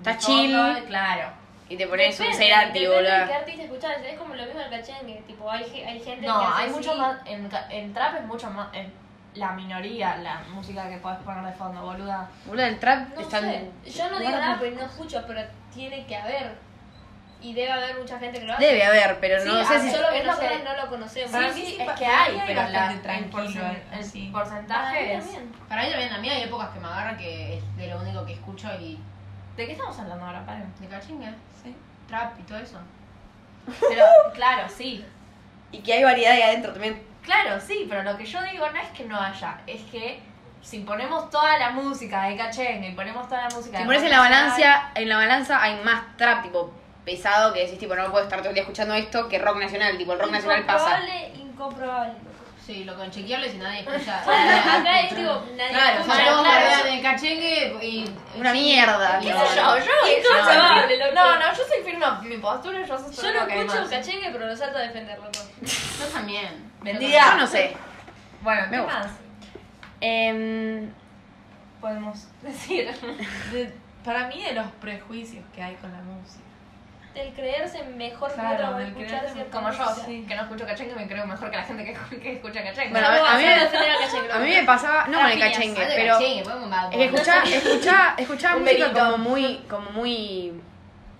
[SPEAKER 3] de
[SPEAKER 2] Está
[SPEAKER 3] fondo,
[SPEAKER 2] chill.
[SPEAKER 3] Claro.
[SPEAKER 2] Y te pones un
[SPEAKER 5] Depende,
[SPEAKER 2] Cerati,
[SPEAKER 5] depende de
[SPEAKER 2] boludo.
[SPEAKER 5] qué artista escuchas, es como lo mismo el cachengue, tipo hay, ge- hay gente que
[SPEAKER 3] No,
[SPEAKER 5] hace
[SPEAKER 3] hay mucho
[SPEAKER 5] así.
[SPEAKER 3] más. En, ca- en trap es mucho más. en la minoría, la música que puedes poner de fondo, boluda.
[SPEAKER 2] Boludo, el trap
[SPEAKER 5] No
[SPEAKER 2] está
[SPEAKER 5] sé, yo no digo
[SPEAKER 2] Guarda-
[SPEAKER 5] nada porque no escucho, pero tiene que haber y debe haber mucha gente que lo hace.
[SPEAKER 2] Debe haber, pero
[SPEAKER 5] Sí,
[SPEAKER 2] no
[SPEAKER 5] ah,
[SPEAKER 2] sé si.
[SPEAKER 5] solo que
[SPEAKER 3] es lo
[SPEAKER 5] nosotros
[SPEAKER 3] que-
[SPEAKER 5] no lo conocemos.
[SPEAKER 1] Para
[SPEAKER 5] Sí,
[SPEAKER 1] mí sí,
[SPEAKER 3] es
[SPEAKER 1] pa-
[SPEAKER 3] que
[SPEAKER 1] para
[SPEAKER 3] hay,
[SPEAKER 1] mí hay
[SPEAKER 3] pero la,
[SPEAKER 1] bastante
[SPEAKER 3] el
[SPEAKER 1] tranquilo,
[SPEAKER 3] porcen- el
[SPEAKER 1] así.
[SPEAKER 5] para mí
[SPEAKER 3] porcentaje es-
[SPEAKER 5] también.
[SPEAKER 4] Para mí también, a mí hay épocas que me agarra que es de lo único que escucho y
[SPEAKER 3] ¿De qué estamos hablando ahora, Paren?
[SPEAKER 4] de cachengue,
[SPEAKER 1] Sí.
[SPEAKER 4] trap y todo eso.
[SPEAKER 3] Pero, claro, sí.
[SPEAKER 2] Y que hay variedad ahí adentro también.
[SPEAKER 3] Claro, sí, pero lo que yo digo no es que no haya, es que si ponemos toda la música de Cachengue y ponemos toda la música
[SPEAKER 2] Si
[SPEAKER 3] de
[SPEAKER 2] pones en la
[SPEAKER 3] rock nacional,
[SPEAKER 2] balanza, en la balanza hay más trap tipo pesado que decís tipo no puedo estar todo el día escuchando esto que rock nacional, tipo el rock nacional pasa.
[SPEAKER 5] Incomprobable, incomprobable. loco.
[SPEAKER 4] Sí, lo con chequearlo y si nadie escucha.
[SPEAKER 5] Acá es tipo, nadie
[SPEAKER 4] Claro, o
[SPEAKER 5] escucha,
[SPEAKER 4] sea, todos
[SPEAKER 5] claro.
[SPEAKER 4] hablan de cachengue y.
[SPEAKER 2] Una mierda,
[SPEAKER 5] ¿Qué
[SPEAKER 2] tipo.
[SPEAKER 5] sé yo? Yo
[SPEAKER 3] Incomprobable,
[SPEAKER 5] escucho.
[SPEAKER 3] loco. No, no, yo soy firme. Mi postura, yo soy
[SPEAKER 5] Yo
[SPEAKER 3] lo
[SPEAKER 5] no
[SPEAKER 3] que hay
[SPEAKER 5] escucho
[SPEAKER 3] más.
[SPEAKER 5] cachengue, pero lo salto a defenderlo.
[SPEAKER 4] Yo también.
[SPEAKER 3] Mentira.
[SPEAKER 2] Yo no sé.
[SPEAKER 3] Bueno,
[SPEAKER 2] Me
[SPEAKER 3] ¿qué
[SPEAKER 2] gusta.
[SPEAKER 3] más
[SPEAKER 2] Em,
[SPEAKER 5] Podemos decir.
[SPEAKER 1] De- para mí, de los prejuicios que hay con la música.
[SPEAKER 5] Del creerse mejor que
[SPEAKER 1] Claro,
[SPEAKER 5] otro o
[SPEAKER 1] del
[SPEAKER 5] escuchar
[SPEAKER 1] creerse
[SPEAKER 5] cierta
[SPEAKER 3] Como yo,
[SPEAKER 5] música.
[SPEAKER 3] sí, que no escucho cachengue, me creo mejor que la gente que, que escucha cachengue.
[SPEAKER 2] Bueno,
[SPEAKER 5] Yo
[SPEAKER 2] a- a
[SPEAKER 5] voy
[SPEAKER 2] mí me-
[SPEAKER 5] defender a Cachengue,
[SPEAKER 2] a mí
[SPEAKER 5] loco.
[SPEAKER 2] me pasaba, no con el
[SPEAKER 5] Rapiñas,
[SPEAKER 2] cachengue,
[SPEAKER 4] Hablo de
[SPEAKER 2] pero
[SPEAKER 4] cachengue, podemos Bad
[SPEAKER 2] es que
[SPEAKER 4] Bunny.
[SPEAKER 2] escuchaba, escuchaba, escuchaba
[SPEAKER 5] Un
[SPEAKER 2] música
[SPEAKER 5] verito.
[SPEAKER 2] como muy, como muy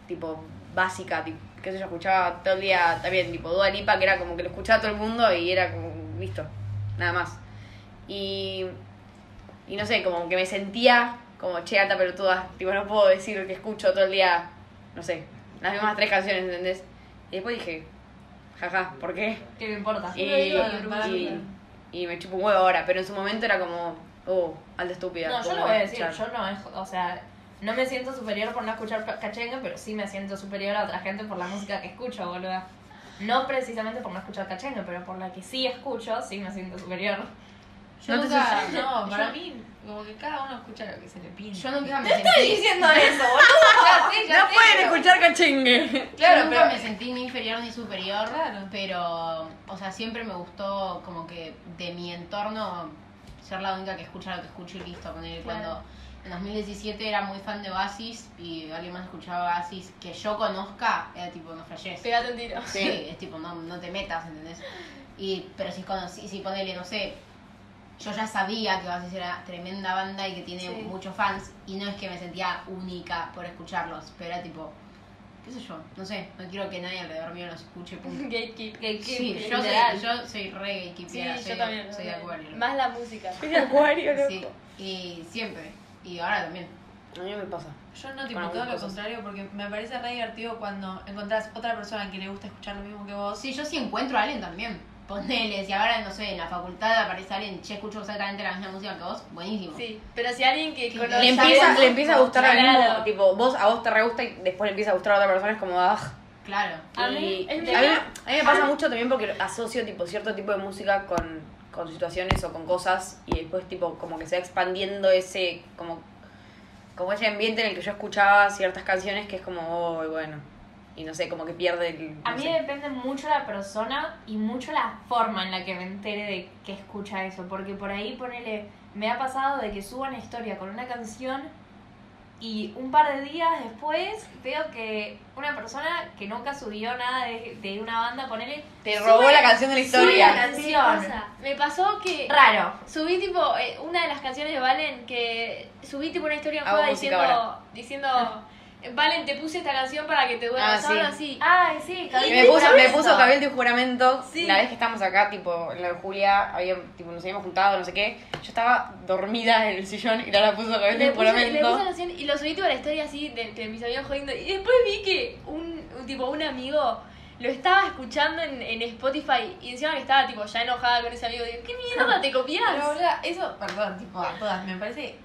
[SPEAKER 2] tipo básica, tipo, qué sé yo, escuchaba todo el día también, tipo Dua Lipa, que era como que lo escuchaba todo el mundo y era como, listo, nada más. Y, y no sé, como que me sentía como che, alta pelotuda, tipo no puedo decir que escucho todo el día, no sé, las mismas tres canciones, ¿entendés? Y después dije, jaja, ¿por qué?
[SPEAKER 3] ¿Qué me importa?
[SPEAKER 2] Y,
[SPEAKER 1] digo, para
[SPEAKER 2] y-
[SPEAKER 1] mí.
[SPEAKER 2] y me chupo un huevo ahora, pero en su momento era como, oh, alta estúpida.
[SPEAKER 3] No, yo
[SPEAKER 2] ¿cómo
[SPEAKER 3] lo voy a decir,
[SPEAKER 2] escuchar?
[SPEAKER 3] yo no, es- o sea, no me siento superior por no escuchar pa- cachengue, pero sí me siento superior a otra gente por la música que escucho, boluda. No precisamente por no escuchar cachengue, pero por la que sí escucho, sí me siento superior.
[SPEAKER 4] Yo
[SPEAKER 2] No te
[SPEAKER 4] nunca.
[SPEAKER 1] Ah, No, para
[SPEAKER 4] yo-
[SPEAKER 1] mí, como que cada uno escucha lo que se le pinta.
[SPEAKER 4] Yo nunca me sentí.
[SPEAKER 3] diciendo eso, boludo?
[SPEAKER 2] No pueden escuchar cachengue.
[SPEAKER 4] yo
[SPEAKER 1] Claro,
[SPEAKER 4] nunca
[SPEAKER 1] pero.
[SPEAKER 4] me sentí ni inferior ni superior,
[SPEAKER 1] Claro.
[SPEAKER 4] pero, o sea, siempre me gustó como que de mi entorno ser la única que escucha lo que escucho y listo. Poner
[SPEAKER 5] Claro.
[SPEAKER 4] cuando en 2017 era muy fan de Oasis y alguien más escuchaba Oasis que yo conozca, era tipo, no flashes.
[SPEAKER 5] Pegate un tiro.
[SPEAKER 4] Sí, es tipo, no, no te metas, ¿entendés? Y, pero si conocí, si ponele, no sé, yo ya sabía que Oasis era tremenda banda y que tiene
[SPEAKER 5] Sí.
[SPEAKER 4] muchos fans, y no es que me sentía única por escucharlos, pero era tipo, qué sé yo, no sé, no quiero que nadie alrededor mío los escuche. punto.
[SPEAKER 5] Gatekeep, gatekeep.
[SPEAKER 4] Sí, yo soy,
[SPEAKER 5] literal.
[SPEAKER 4] yo soy re gatekeepera,
[SPEAKER 5] Sí,
[SPEAKER 4] soy,
[SPEAKER 5] yo también.
[SPEAKER 4] soy de acuario. ¿no?
[SPEAKER 5] Más la música.
[SPEAKER 2] acuario,
[SPEAKER 4] Sí, y siempre, y ahora también.
[SPEAKER 2] A mí me pasa.
[SPEAKER 1] Yo no tipo
[SPEAKER 2] Para
[SPEAKER 1] todo
[SPEAKER 2] algunas
[SPEAKER 1] lo
[SPEAKER 2] cosas.
[SPEAKER 1] contrario porque me parece re divertido cuando encontrás otra persona que le gusta escuchar lo mismo que vos.
[SPEAKER 4] Sí, yo sí encuentro a alguien también. Ponele, si ahora, no sé, en la facultad aparece alguien, che, escucho exactamente la misma música que vos, buenísimo.
[SPEAKER 5] Sí, pero si alguien que conoce.
[SPEAKER 2] Le empieza, le empieza a gustar al
[SPEAKER 5] Claro.
[SPEAKER 2] mismo, tipo, vos a vos te re gusta y después le empieza a gustar a otra persona, es como, ah.
[SPEAKER 4] Claro.
[SPEAKER 5] A mí-
[SPEAKER 2] Y-
[SPEAKER 5] es
[SPEAKER 2] a, mí,
[SPEAKER 5] mi-
[SPEAKER 2] a mí me pasa mucho también porque asocio tipo cierto tipo de música con, con situaciones o con cosas y después tipo como que se va expandiendo ese como como ese ambiente en el que yo escuchaba ciertas canciones que es como oh, bueno y no sé como que pierde el
[SPEAKER 3] A
[SPEAKER 2] no
[SPEAKER 3] mí
[SPEAKER 2] sé.
[SPEAKER 3] depende mucho la persona y mucho la forma en la que me entere de que escucha eso. Porque por ahí, ponele, me ha pasado de que subo una historia con una canción y un par de días después veo que una persona que nunca subió nada de, de una banda, ponele,
[SPEAKER 2] te
[SPEAKER 3] sube-
[SPEAKER 2] robó la canción de la
[SPEAKER 3] sube la
[SPEAKER 2] historia
[SPEAKER 5] Me
[SPEAKER 3] canción.
[SPEAKER 5] pasa. Me pasó que
[SPEAKER 3] Raro.
[SPEAKER 5] subí tipo eh, una de las canciones de Valen que subí tipo una historia en
[SPEAKER 2] Hago
[SPEAKER 5] joda
[SPEAKER 2] música
[SPEAKER 5] diciendo
[SPEAKER 2] ahora.
[SPEAKER 5] diciendo Valen te puse esta canción para que te
[SPEAKER 2] Ah,
[SPEAKER 5] duela
[SPEAKER 2] sí.
[SPEAKER 5] solo así.
[SPEAKER 3] Ay, sí,
[SPEAKER 5] Y
[SPEAKER 2] me puso me puso cabildo y juramento
[SPEAKER 5] Sí.
[SPEAKER 2] la vez que estábamos acá tipo en la de Julia había, tipo, nos habíamos juntado no sé qué yo estaba dormida en el sillón y Lara puso cabildo
[SPEAKER 5] Le
[SPEAKER 2] y
[SPEAKER 5] puse, le
[SPEAKER 2] juramento
[SPEAKER 5] puse la canción y lo subí tipo a la historia así de, de mis amigos jodiendo. Y después vi que un, un tipo, un amigo lo estaba escuchando en, en Spotify y encima que estaba tipo ya enojada con ese amigo. Digo, ¿qué mierda te
[SPEAKER 1] Pero
[SPEAKER 5] copias?
[SPEAKER 1] boluda, eso, perdón, tipo, a todas, me parece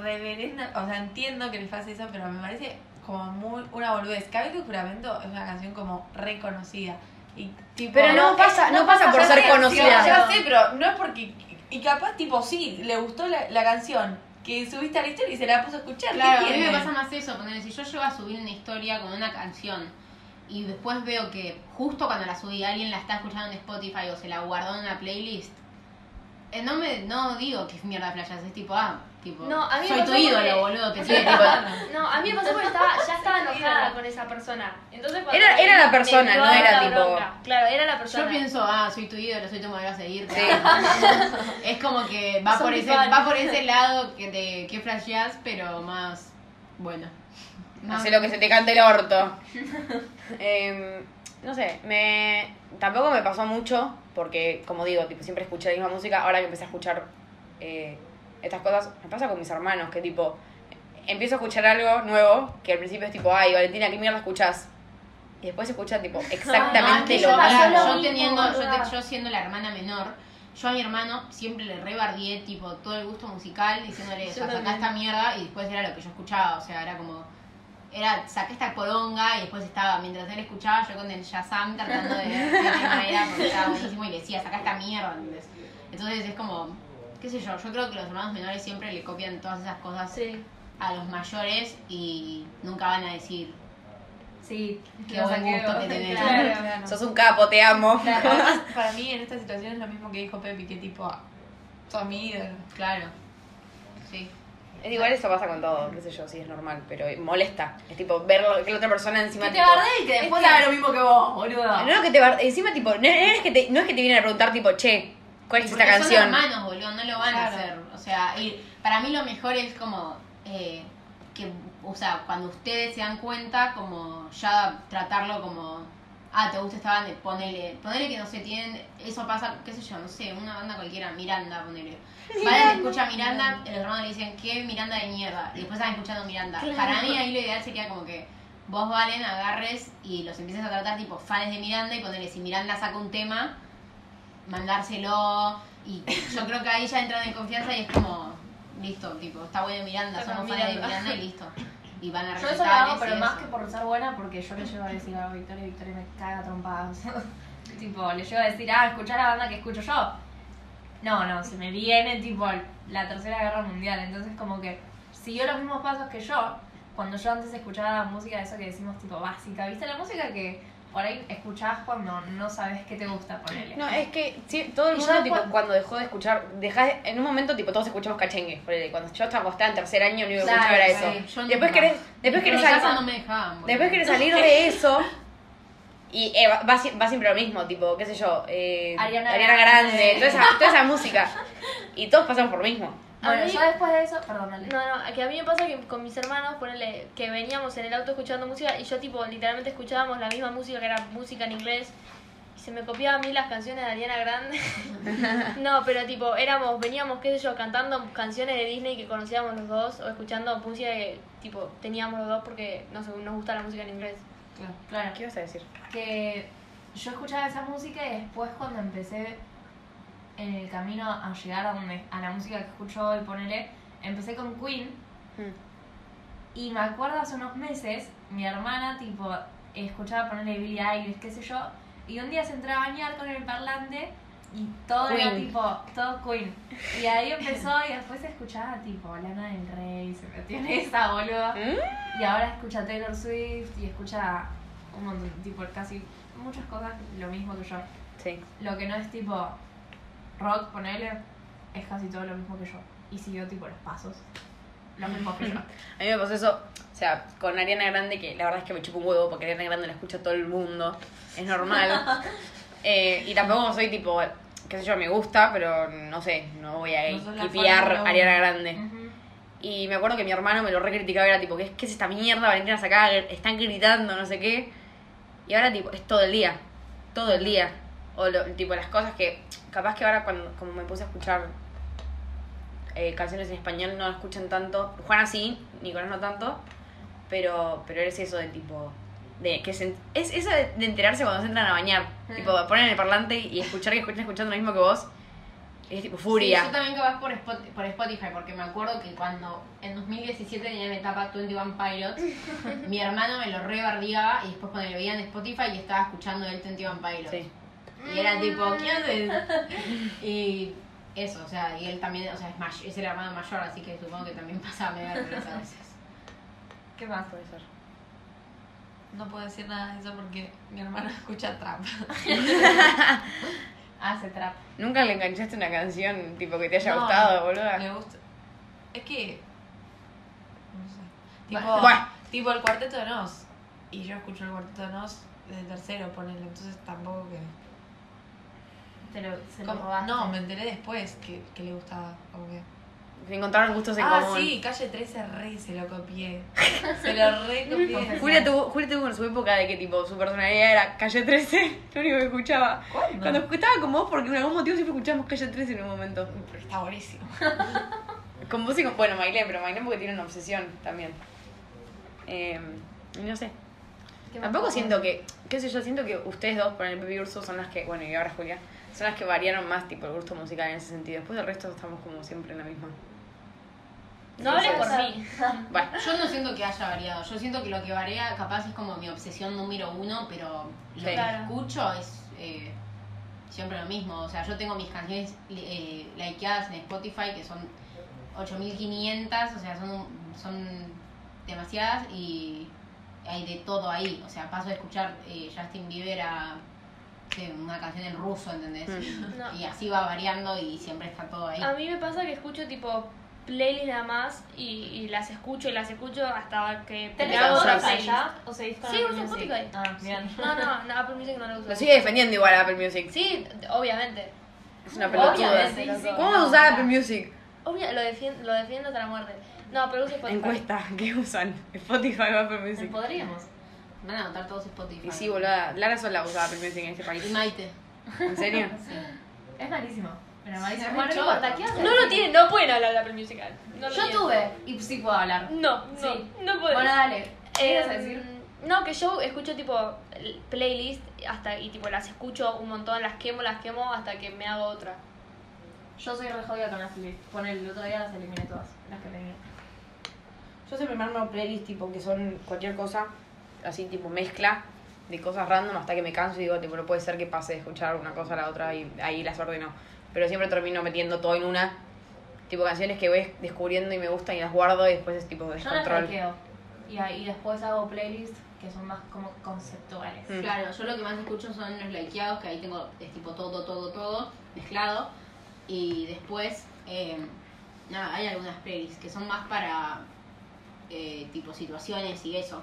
[SPEAKER 1] reverenda, o sea, entiendo que les pase eso, pero me parece como muy una boludez. Cabildo y Juramento es una canción como reconocida. Y tipo,
[SPEAKER 2] Pero no, pasa, no pasa Ah, por
[SPEAKER 1] ya
[SPEAKER 2] ser
[SPEAKER 1] sé,
[SPEAKER 2] conocida.
[SPEAKER 1] sí, Ya sé, pero no es porque. Y capaz, tipo, sí, le gustó la, la canción que subiste a la historia y se la puso a escuchar. ¿qué
[SPEAKER 4] Claro, a mí
[SPEAKER 1] tiene?
[SPEAKER 4] me pasa más eso, poner, si yo llego a subir una historia con una canción y después veo que justo cuando la subí alguien la está escuchando en Spotify o se la guardó en una playlist, eh, no me no digo que es mierda flashas, es tipo, ah, tipo,
[SPEAKER 5] No, a mí me
[SPEAKER 4] soy tu
[SPEAKER 5] pasó
[SPEAKER 4] ídolo,
[SPEAKER 5] porque-
[SPEAKER 4] boludo, que
[SPEAKER 5] Sí,
[SPEAKER 4] tiene tipo,
[SPEAKER 5] tipo- no, a mí me pasó porque estaba, ya estaba enojada con esa persona. Entonces, cuando
[SPEAKER 2] Era- era la
[SPEAKER 5] me
[SPEAKER 2] persona,
[SPEAKER 5] dio
[SPEAKER 2] no era
[SPEAKER 5] la
[SPEAKER 2] tipo-
[SPEAKER 5] bronca. Claro, era la persona.
[SPEAKER 4] Yo pienso, ah, soy tu ídolo, soy tu modelo a seguir.
[SPEAKER 2] Sí.
[SPEAKER 4] es como que va
[SPEAKER 5] Son
[SPEAKER 4] por,
[SPEAKER 5] mis
[SPEAKER 4] ese,
[SPEAKER 5] fans.
[SPEAKER 4] va por ese lado que de que flasheás, pero más bueno. Más-
[SPEAKER 2] Hace lo que se te cante el orto. Em, no sé, me tampoco me pasó mucho porque, como digo, tipo, siempre escuché la misma música. Ahora que empecé a escuchar eh, estas cosas, me pasa con mis hermanos que tipo empiezo a escuchar algo nuevo que al principio es tipo, ay, Valentina, ¿qué mierda escuchás? Y después escuchan tipo
[SPEAKER 4] No, es
[SPEAKER 2] exactamente
[SPEAKER 4] Ah, que
[SPEAKER 2] lo
[SPEAKER 4] yo,
[SPEAKER 5] mismo.
[SPEAKER 4] yo
[SPEAKER 5] Lo mismo,
[SPEAKER 4] teniendo, yo, te-
[SPEAKER 5] boluda.
[SPEAKER 4] yo siendo la hermana menor, Yo a mi hermano siempre le rebardié, tipo, todo el gusto musical, diciéndole, o sea, sacá
[SPEAKER 5] también.
[SPEAKER 4] esta mierda, y después era lo que yo escuchaba, o sea, era como, era, saqué esta poronga, y después estaba, mientras él escuchaba, yo con el Shazam tratando de ver de qué manera, porque estaba buenísimo, y le decía, sacá esta mierda, ¿entendés? Entonces es como, qué sé yo, yo creo que los hermanos menores siempre le copian todas esas cosas
[SPEAKER 5] Sí.
[SPEAKER 4] a los mayores y nunca van a decir,
[SPEAKER 3] Sí,
[SPEAKER 4] Qué
[SPEAKER 3] lo
[SPEAKER 4] buen
[SPEAKER 3] saqué
[SPEAKER 4] gusto
[SPEAKER 3] vos.
[SPEAKER 4] que tenés.
[SPEAKER 3] Claro.
[SPEAKER 2] Sos un capo, te amo.
[SPEAKER 1] Además, para mí en esta situación es lo mismo que dijo Pepi, que tipo, tu amigo.
[SPEAKER 4] claro, sí.
[SPEAKER 2] Es igual eso pasa con todo, qué sé yo, sí es normal, pero molesta. Es tipo verlo que la otra persona encima
[SPEAKER 4] Que
[SPEAKER 3] Este
[SPEAKER 4] te
[SPEAKER 2] tipo-
[SPEAKER 4] bardé y que
[SPEAKER 1] Este
[SPEAKER 4] después haga lo mismo que vos, boludo.
[SPEAKER 2] No, no, que te bar- encima tipo, no, no es que te, no es que te vienen a preguntar tipo, che, ¿cuál es
[SPEAKER 4] Porque
[SPEAKER 2] esta canción?
[SPEAKER 4] Son hermanos, boludo, no lo van a
[SPEAKER 1] Claro.
[SPEAKER 4] hacer. O sea, y para mí lo mejor es como eh, que, o sea, cuando ustedes se dan cuenta, como ya tratarlo como, ah, te gusta esta banda, ponele, ponele que no sé, tienen, eso pasa, qué sé yo, no sé, una banda cualquiera, Miranda, ponele. Vale, escucha Miranda, los hermanos le dicen, qué Miranda de mierda, y después están escuchando Miranda. Para mí ahí lo ideal sería como que vos, Valen, agarres y los empieces a tratar tipo fans de Miranda y ponele, si Miranda saca un tema, mandárselo. Y yo creo que ahí ya entran en confianza y es como, listo, tipo, está bueno Miranda,
[SPEAKER 5] Está
[SPEAKER 4] somos
[SPEAKER 5] con
[SPEAKER 4] fans de
[SPEAKER 5] Miranda.
[SPEAKER 4] Miranda y listo. Y van a
[SPEAKER 3] Yo eso lo
[SPEAKER 4] recitales
[SPEAKER 3] hago,
[SPEAKER 4] y
[SPEAKER 3] pero más
[SPEAKER 4] eso.
[SPEAKER 3] que por ser buena, porque yo le llevo a decir a Victoria y Victoria me caga trompadas. tipo, le llevo a decir, ah, escuchá la banda que escucho yo. No, no, se me viene tipo la tercera guerra mundial. Entonces, como que siguió los mismos pasos que yo. Cuando yo antes escuchaba música, eso que decimos tipo básica, ¿viste? La música que por ahí escuchás cuando no sabes qué te gusta ponerle.
[SPEAKER 2] No, es que sí, todo el
[SPEAKER 3] Y yo
[SPEAKER 2] mundo tipo,
[SPEAKER 3] después-
[SPEAKER 2] cuando dejó de escuchar, dejás, en un momento tipo todos escuchamos cachengue, ponele, cuando yo estaba, cuando estaba en tercer año no iba a
[SPEAKER 3] Claro,
[SPEAKER 2] escuchar era eso.
[SPEAKER 4] sí, yo
[SPEAKER 2] después
[SPEAKER 4] nunca.
[SPEAKER 2] querés, después
[SPEAKER 4] Pero
[SPEAKER 2] querés
[SPEAKER 4] en
[SPEAKER 2] salir,
[SPEAKER 4] casa no me dejaban, boludo.
[SPEAKER 2] después querés salir de eso y eh, va, va si- va siempre lo mismo, tipo, qué sé yo, eh,
[SPEAKER 3] Ariana
[SPEAKER 2] Grande,
[SPEAKER 3] Grande.
[SPEAKER 2] Toda, esa, toda esa música. Y todos pasamos por lo mismo.
[SPEAKER 3] Bueno,
[SPEAKER 5] A mí-
[SPEAKER 3] yo después de eso, perdón, dale.
[SPEAKER 5] No, no, que a mí me pasa que con mis hermanos, ponele, que veníamos en el auto escuchando música y yo tipo literalmente escuchábamos la misma música que era música en inglés y se me copiaba a mí las canciones de Ariana Grande. no, pero tipo éramos, veníamos, qué sé yo, cantando canciones de Disney que conocíamos los dos o escuchando música que tipo teníamos los dos porque no sé, nos gusta la música en inglés.
[SPEAKER 3] Claro.
[SPEAKER 2] ¿Qué ibas a decir?
[SPEAKER 3] que yo escuchaba esa música y después cuando empecé en el camino a llegar a donde a la música que escucho hoy, ponele, empecé con Queen y me acuerdo hace unos meses mi hermana tipo escuchaba ponerle Billie Eilish, qué sé yo, y un día se entró a bañar con el parlante y todo era
[SPEAKER 2] Queen.
[SPEAKER 3] tipo, todo Queen. Y ahí empezó y después escuchaba tipo Lana del Rey, se metió en esa boluda. Y ahora escucha Taylor Swift y escucha un montón, tipo, casi muchas cosas lo mismo que yo.
[SPEAKER 2] Sí.
[SPEAKER 3] Lo que no es tipo rock, ponele, es casi todo lo mismo que yo. Y siguió tipo los pasos, lo mismo que yo.
[SPEAKER 2] A mí me pasó eso, o sea, con Ariana Grande, que la verdad es que me chupo un huevo porque Ariana Grande la escucha todo el mundo, es normal. Eh, y tampoco soy tipo, qué sé yo, me gusta, pero no sé, no voy a
[SPEAKER 1] No sos la
[SPEAKER 2] hipear
[SPEAKER 1] fan número uno.
[SPEAKER 2] Ariana Grande.
[SPEAKER 3] Ujú.
[SPEAKER 2] Y me acuerdo que mi hermano me lo recriticaba, era tipo, ¿qué es, qué es esta mierda? Valentina sacada, están gritando, no sé qué. Y ahora, tipo, es todo el día, todo el día. O, lo- tipo, las cosas que, capaz que ahora, cuando como me puse a escuchar eh, canciones en español no la escuchan tanto. Juana sí, Nicolás no tanto. Pero, pero es eso de tipo. De, que se en- es eso de, de enterarse cuando se entran a bañar. Tipo, ponen el parlante y escuchar que escuchan escuchando lo mismo que vos. Es tipo furia.
[SPEAKER 4] Sí, yo también capaz por, Spot- por Spotify, porque me acuerdo que cuando en 2017 tenía mi etapa 21 Pilots, mi hermano me lo rebardeaba y después cuando lo veía en Spotify y estaba escuchando el 21 Pilots.
[SPEAKER 2] Sí.
[SPEAKER 4] Y era tipo, ¿qué haces? y eso, o sea, y él también, o sea, es, may- es el hermano mayor, así que supongo que también pasa medio vergüenza a veces.
[SPEAKER 3] ¿Qué más?
[SPEAKER 2] Puede ser.
[SPEAKER 1] No puedo decir nada de eso porque mi hermana escucha trap.
[SPEAKER 3] Hace trap.
[SPEAKER 2] Nunca le enganchaste una canción tipo que te haya
[SPEAKER 1] No,
[SPEAKER 2] gustado, boluda.
[SPEAKER 1] Le gusta. Es que. No sé. Tipo,
[SPEAKER 2] Bueno.
[SPEAKER 1] tipo el cuarteto de Nos. Y yo escucho el cuarteto de Nos desde tercero, ponele. Entonces tampoco que.
[SPEAKER 3] Te lo, se lo
[SPEAKER 1] Como-
[SPEAKER 3] robaste.
[SPEAKER 1] no, me enteré después que, que le gustaba. como que-
[SPEAKER 2] Encontraron gustos en
[SPEAKER 1] Ah,
[SPEAKER 2] común.
[SPEAKER 1] sí, calle 13 re se lo copié. Se lo re copié.
[SPEAKER 2] Julia tuvo, Julia tuvo en su época de que tipo su personalidad era Calle 13, lo único que escuchaba.
[SPEAKER 1] ¿Cuándo?
[SPEAKER 2] Cuando estaba con vos, porque por algún motivo siempre escuchábamos Calle 13 en un momento.
[SPEAKER 1] Pero está buenísimo.
[SPEAKER 2] Con vos y con. Bueno, Mailén, pero Mailén porque tiene una obsesión también. Eh, y no sé.
[SPEAKER 3] ¿Qué más
[SPEAKER 2] Tampoco
[SPEAKER 3] pasó?
[SPEAKER 2] siento que. ¿Qué sé yo? Siento que ustedes dos, por el Pepe y Urso, son las que. Bueno, y ahora Julia. Son las que variaron más, tipo, el gusto musical en ese sentido. Después del resto estamos como siempre en la misma.
[SPEAKER 5] No hables por mí.
[SPEAKER 2] Bueno,
[SPEAKER 4] Yo no siento que haya variado. Yo siento que lo que varía capaz es como mi obsesión número uno, pero lo
[SPEAKER 2] Sí.
[SPEAKER 4] que
[SPEAKER 5] Claro.
[SPEAKER 4] escucho es eh, siempre lo mismo. O sea, yo tengo mis canciones eh, likeadas en Spotify que son 8500, o sea, son, un- son demasiadas y hay de todo ahí. O sea, paso de escuchar eh, Justin Bieber a sí, una canción en ruso, ¿entendés?
[SPEAKER 2] Mm.
[SPEAKER 5] No.
[SPEAKER 4] Y así va variando y siempre está todo ahí.
[SPEAKER 2] Ah.
[SPEAKER 5] A mí me pasa que escucho tipo playlists nada más y, y las escucho y las escucho hasta que
[SPEAKER 3] ¿Tenés
[SPEAKER 5] me hago
[SPEAKER 2] otra
[SPEAKER 5] una
[SPEAKER 3] Spotify
[SPEAKER 5] playlist.
[SPEAKER 3] ya? ¿O seguís con
[SPEAKER 5] Sí,
[SPEAKER 3] Apple
[SPEAKER 5] uso
[SPEAKER 3] Music?
[SPEAKER 5] Spotify.
[SPEAKER 3] Ah, bien.
[SPEAKER 5] No, no, no, Apple Music no lo uso.
[SPEAKER 2] lo sigue defendiendo igual Apple Music.
[SPEAKER 5] Sí, obviamente.
[SPEAKER 2] Es una pelotuda.
[SPEAKER 3] Obviamente, sí, sí.
[SPEAKER 2] ¿Cómo vas a usar Apple Music?
[SPEAKER 5] Obvia- lo, defien- lo defiendo hasta la muerte. No, pero uso Spotify.
[SPEAKER 2] Encuesta, ¿qué usan? Spotify o Apple Music.
[SPEAKER 3] Podríamos.
[SPEAKER 4] Van a anotar todos Spotify.
[SPEAKER 2] Y sí, boluda, Lara sola usa Apple Music en este país.
[SPEAKER 4] Y Maite.
[SPEAKER 2] ¿En serio?
[SPEAKER 3] Es malísimo. Pero malísimo.
[SPEAKER 4] es
[SPEAKER 3] Bueno,
[SPEAKER 4] muy
[SPEAKER 3] no importa, ¿qué haces?
[SPEAKER 5] No lo tienen, no pueden hablar de Apple Music. No lo
[SPEAKER 3] Yo
[SPEAKER 5] tienen.
[SPEAKER 3] tuve. Y sí puedo hablar.
[SPEAKER 5] No, no,
[SPEAKER 3] Sí.
[SPEAKER 5] no pueden.
[SPEAKER 3] Bueno, dale. ¿Qué ibas a
[SPEAKER 5] Eh,
[SPEAKER 3] decir?
[SPEAKER 5] No, que yo escucho tipo l- playlist hasta y tipo las escucho un montón, las quemo, las quemo hasta que me hago otra.
[SPEAKER 3] Yo soy re jodida con las playlists. Pon el otro día las eliminé todas. Las que tenía.
[SPEAKER 2] Yo siempre me armo playlists tipo que son cualquier cosa, así tipo mezcla de cosas random hasta que me canso y digo, tipo, no puede ser que pase de escuchar una cosa a la otra y ahí las ordeno. Pero siempre termino metiendo todo en una. Tipo canciones que voy descubriendo y me gustan y las guardo y después es tipo
[SPEAKER 3] Yo las
[SPEAKER 2] descontrol.
[SPEAKER 3] bloqueo. Y ahí después hago playlists que son más como conceptuales.
[SPEAKER 2] Mm.
[SPEAKER 4] Claro, yo lo que más escucho son los likeados, que ahí tengo es tipo todo, todo, todo mezclado. Y después, eh, nada, hay algunas playlists que son más para eh, tipo situaciones y eso,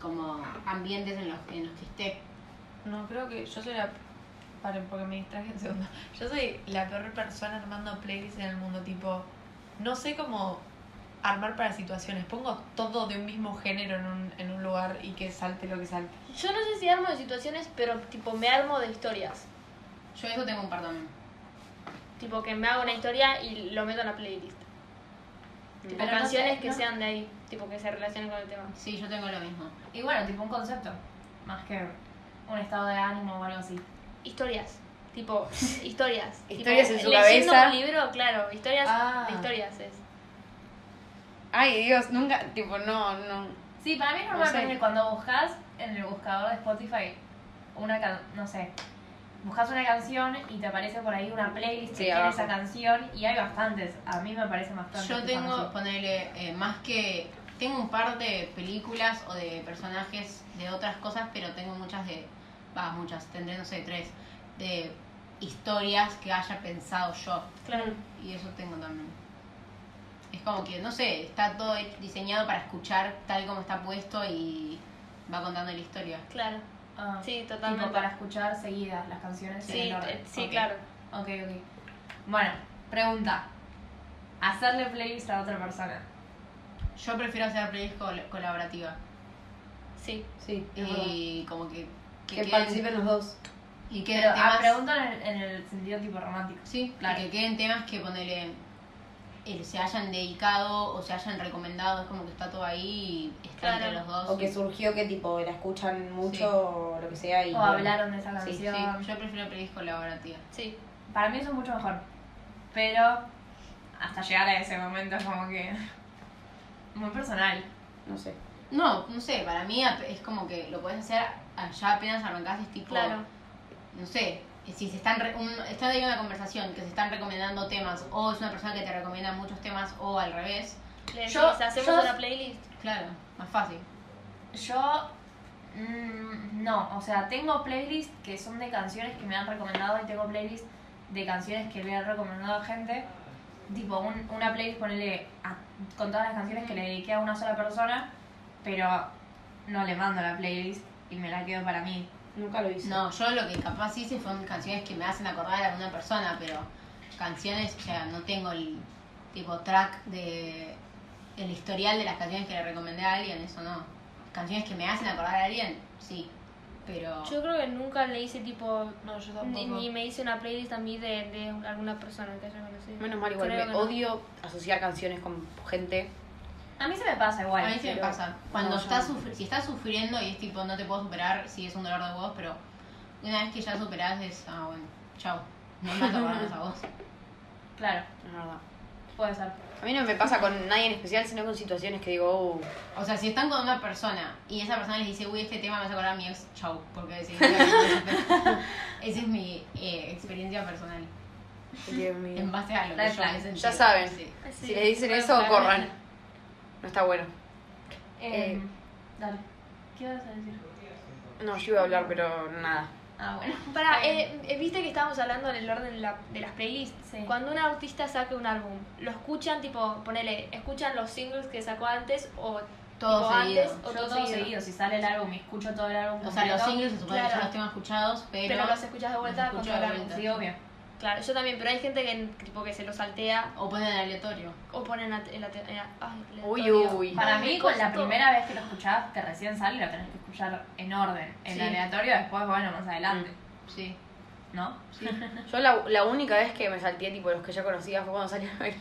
[SPEAKER 4] como ambientes en los, en los que esté.
[SPEAKER 1] No, creo que yo soy la. Paren, porque me distraje un segundo. Yo soy la peor persona armando playlists en el mundo. Tipo, no sé cómo armar para situaciones. Pongo todo de un mismo género en un, en un lugar y que salte lo que salte.
[SPEAKER 5] Yo no sé si armo de situaciones, pero tipo me armo de historias.
[SPEAKER 4] Yo eso tengo un par también.
[SPEAKER 5] Tipo que me hago una historia y lo meto en la playlist. Tipo
[SPEAKER 3] Pero no
[SPEAKER 5] canciones
[SPEAKER 3] sé,
[SPEAKER 5] que
[SPEAKER 3] no.
[SPEAKER 5] sean de ahí, tipo que se relacionen con el tema.
[SPEAKER 4] Sí, yo tengo lo mismo.
[SPEAKER 3] Y bueno, tipo un concepto. Más que un estado de ánimo o algo así.
[SPEAKER 5] Historias. Tipo, historias. Tipo,
[SPEAKER 2] Historias en su
[SPEAKER 5] leyendo
[SPEAKER 2] cabeza.
[SPEAKER 5] un libro, claro, historias
[SPEAKER 1] Ah.
[SPEAKER 5] de historias es.
[SPEAKER 2] Ay, Dios, nunca, tipo, no, no.
[SPEAKER 3] Sí, para mí es
[SPEAKER 2] No
[SPEAKER 3] normal
[SPEAKER 2] sé.
[SPEAKER 3] porque cuando buscas en el buscador de Spotify una can no sé, buscas una canción y te aparece por ahí una playlist
[SPEAKER 2] Sí,
[SPEAKER 3] que tiene
[SPEAKER 2] abajo.
[SPEAKER 3] esa canción y hay bastantes. A mí me parecen bastantes.
[SPEAKER 4] Yo
[SPEAKER 3] que
[SPEAKER 4] tengo,
[SPEAKER 3] conocí.
[SPEAKER 4] ponerle, más que. Tengo un par de películas o de personajes de otras cosas, pero tengo muchas de. Va, muchas, tendré, no sé, tres. De historias que haya pensado yo.
[SPEAKER 5] Claro.
[SPEAKER 4] Y eso tengo también. Es como que, no sé, está todo he- diseñado para escuchar tal como está puesto y va contando la historia.
[SPEAKER 5] Claro.
[SPEAKER 3] Ah,
[SPEAKER 5] Sí,
[SPEAKER 3] tipo
[SPEAKER 5] totalmente.
[SPEAKER 3] para escuchar seguidas las canciones. en
[SPEAKER 5] Sí,
[SPEAKER 3] el orden.
[SPEAKER 5] eh, sí,
[SPEAKER 3] Ok.
[SPEAKER 5] claro.
[SPEAKER 3] Ok, ok. Bueno, pregunta. Hacerle playlist a otra persona.
[SPEAKER 4] Yo prefiero hacer playlist col- colaborativa.
[SPEAKER 5] Sí.
[SPEAKER 2] Sí,
[SPEAKER 4] Y como que. Que, queden-
[SPEAKER 2] los dos.
[SPEAKER 4] y queden
[SPEAKER 3] Pero ah,
[SPEAKER 4] temas-
[SPEAKER 3] pregunto en el, en el sentido tipo romántico.
[SPEAKER 4] Sí, claro. que queden temas que ponerle se hayan dedicado o se hayan recomendado, es como que está todo ahí y está
[SPEAKER 5] Claro.
[SPEAKER 4] entre los dos.
[SPEAKER 2] surgió que, tipo, la escuchan
[SPEAKER 4] mucho
[SPEAKER 2] o lo que sea
[SPEAKER 3] O hablaron de esa
[SPEAKER 4] Sí, sí,
[SPEAKER 3] canción.
[SPEAKER 4] yo prefiero playlist colaborativa.
[SPEAKER 5] Sí.
[SPEAKER 3] Para mí eso es mucho mejor. Pero hasta llegar a ese momento es como que. Muy personal.
[SPEAKER 2] No sé.
[SPEAKER 4] No, no sé, para mí ap- es como que lo puedes hacer allá apenas arrancás, es tipo,
[SPEAKER 5] Claro.
[SPEAKER 4] no sé, si se están re- un, está ahí una conversación que se están recomendando temas o es una persona que te recomienda muchos temas o al revés,
[SPEAKER 5] Le
[SPEAKER 3] Yo-
[SPEAKER 5] decís, hacemos
[SPEAKER 3] yo-
[SPEAKER 5] una playlist.
[SPEAKER 4] claro, más fácil.
[SPEAKER 3] Yo. mm, no, o sea, tengo playlists que son de canciones que me han recomendado y tengo playlists de canciones que le han recomendado a gente. Tipo, un- una playlist ponele a- con todas las canciones que le dediqué a una sola persona, pero no le mando la playlist y me la quedo para mí.
[SPEAKER 2] Nunca lo hice.
[SPEAKER 4] No, yo lo que capaz hice fueron canciones que me hacen acordar a una persona, pero canciones, o sea, no tengo el tipo track de el historial de las canciones que le recomendé a alguien, eso no. Canciones que me hacen acordar a alguien, sí, pero
[SPEAKER 5] Yo creo que nunca le hice tipo.
[SPEAKER 1] No, yo
[SPEAKER 5] Ni, ni me hice una playlist a mí de, de alguna persona que haya conocido.
[SPEAKER 2] Menos mal, igual
[SPEAKER 5] Creo
[SPEAKER 2] me
[SPEAKER 5] que no.
[SPEAKER 2] odio asociar canciones con gente.
[SPEAKER 3] A mí se me pasa igual.
[SPEAKER 4] a mí se me
[SPEAKER 2] pero-
[SPEAKER 4] pasa. Cuando
[SPEAKER 2] no, yo
[SPEAKER 4] estás
[SPEAKER 2] no.
[SPEAKER 4] sufri- si estás sufriendo y es tipo no te puedo superar, sí es un dolor de huevos, pero una vez que ya superás es ah bueno, chao. No me tocarnos a vos.
[SPEAKER 3] Claro,
[SPEAKER 2] Es verdad.
[SPEAKER 3] puede ser.
[SPEAKER 2] A mí no me pasa con nadie en especial, sino con situaciones que digo, oh,
[SPEAKER 4] O sea, si están con una persona y esa persona les dice, uy, este tema me hace acordar a mi ex, chau, porque definitivamente Esa es mi eh, experiencia personal.
[SPEAKER 2] Dios mío.
[SPEAKER 4] En base a lo que
[SPEAKER 3] Red
[SPEAKER 4] yo
[SPEAKER 3] flag.
[SPEAKER 4] he sentido.
[SPEAKER 2] Ya saben.
[SPEAKER 4] Sí.
[SPEAKER 5] Así.
[SPEAKER 2] Si les dicen
[SPEAKER 3] Red
[SPEAKER 2] eso,
[SPEAKER 3] flag.
[SPEAKER 2] corran. No está bueno.
[SPEAKER 3] Eh,
[SPEAKER 2] Eh.
[SPEAKER 3] Dale. ¿Qué vas a decir?
[SPEAKER 2] No, yo iba a hablar, pero nada.
[SPEAKER 3] Ah, bueno.
[SPEAKER 5] Para, eh, eh, viste que estábamos hablando en el orden de, la- de las playlists.
[SPEAKER 3] Sí.
[SPEAKER 5] Cuando un artista saca un álbum, lo escuchan, tipo, ponele, escuchan los singles que sacó antes o
[SPEAKER 4] Todo
[SPEAKER 5] tipo,
[SPEAKER 4] seguido.
[SPEAKER 5] antes o
[SPEAKER 3] Yo
[SPEAKER 5] todo,
[SPEAKER 3] todo
[SPEAKER 5] seguido.
[SPEAKER 3] seguido, si sale el álbum y escucho todo el álbum.
[SPEAKER 4] O sea, los
[SPEAKER 3] completo,
[SPEAKER 4] singles se supone que
[SPEAKER 5] Claro.
[SPEAKER 4] son los temas escuchados, pero...
[SPEAKER 5] Pero, los escuchas de vuelta
[SPEAKER 4] los
[SPEAKER 5] con
[SPEAKER 4] escucho
[SPEAKER 5] todo el
[SPEAKER 4] de
[SPEAKER 5] álbum.
[SPEAKER 4] vuelta.
[SPEAKER 3] Sí, obvio.
[SPEAKER 5] Claro, yo también, pero hay gente que, tipo, que se lo saltea
[SPEAKER 4] O ponen aleatorio.
[SPEAKER 5] o ponen en la... en la- ay, el
[SPEAKER 2] Uy,
[SPEAKER 5] aleatorio.
[SPEAKER 2] uy.
[SPEAKER 5] Ay,
[SPEAKER 3] Para
[SPEAKER 5] me
[SPEAKER 3] mí, con la
[SPEAKER 5] costó.
[SPEAKER 3] primera vez que lo escuchás, que recién sale, lo tenés que escuchar en orden. En
[SPEAKER 4] Sí.
[SPEAKER 3] aleatorio, después, bueno, más adelante.
[SPEAKER 4] Sí.
[SPEAKER 3] ¿No?
[SPEAKER 2] Yo la, la única vez que me salté, tipo, los que ya conocía fue cuando salió el,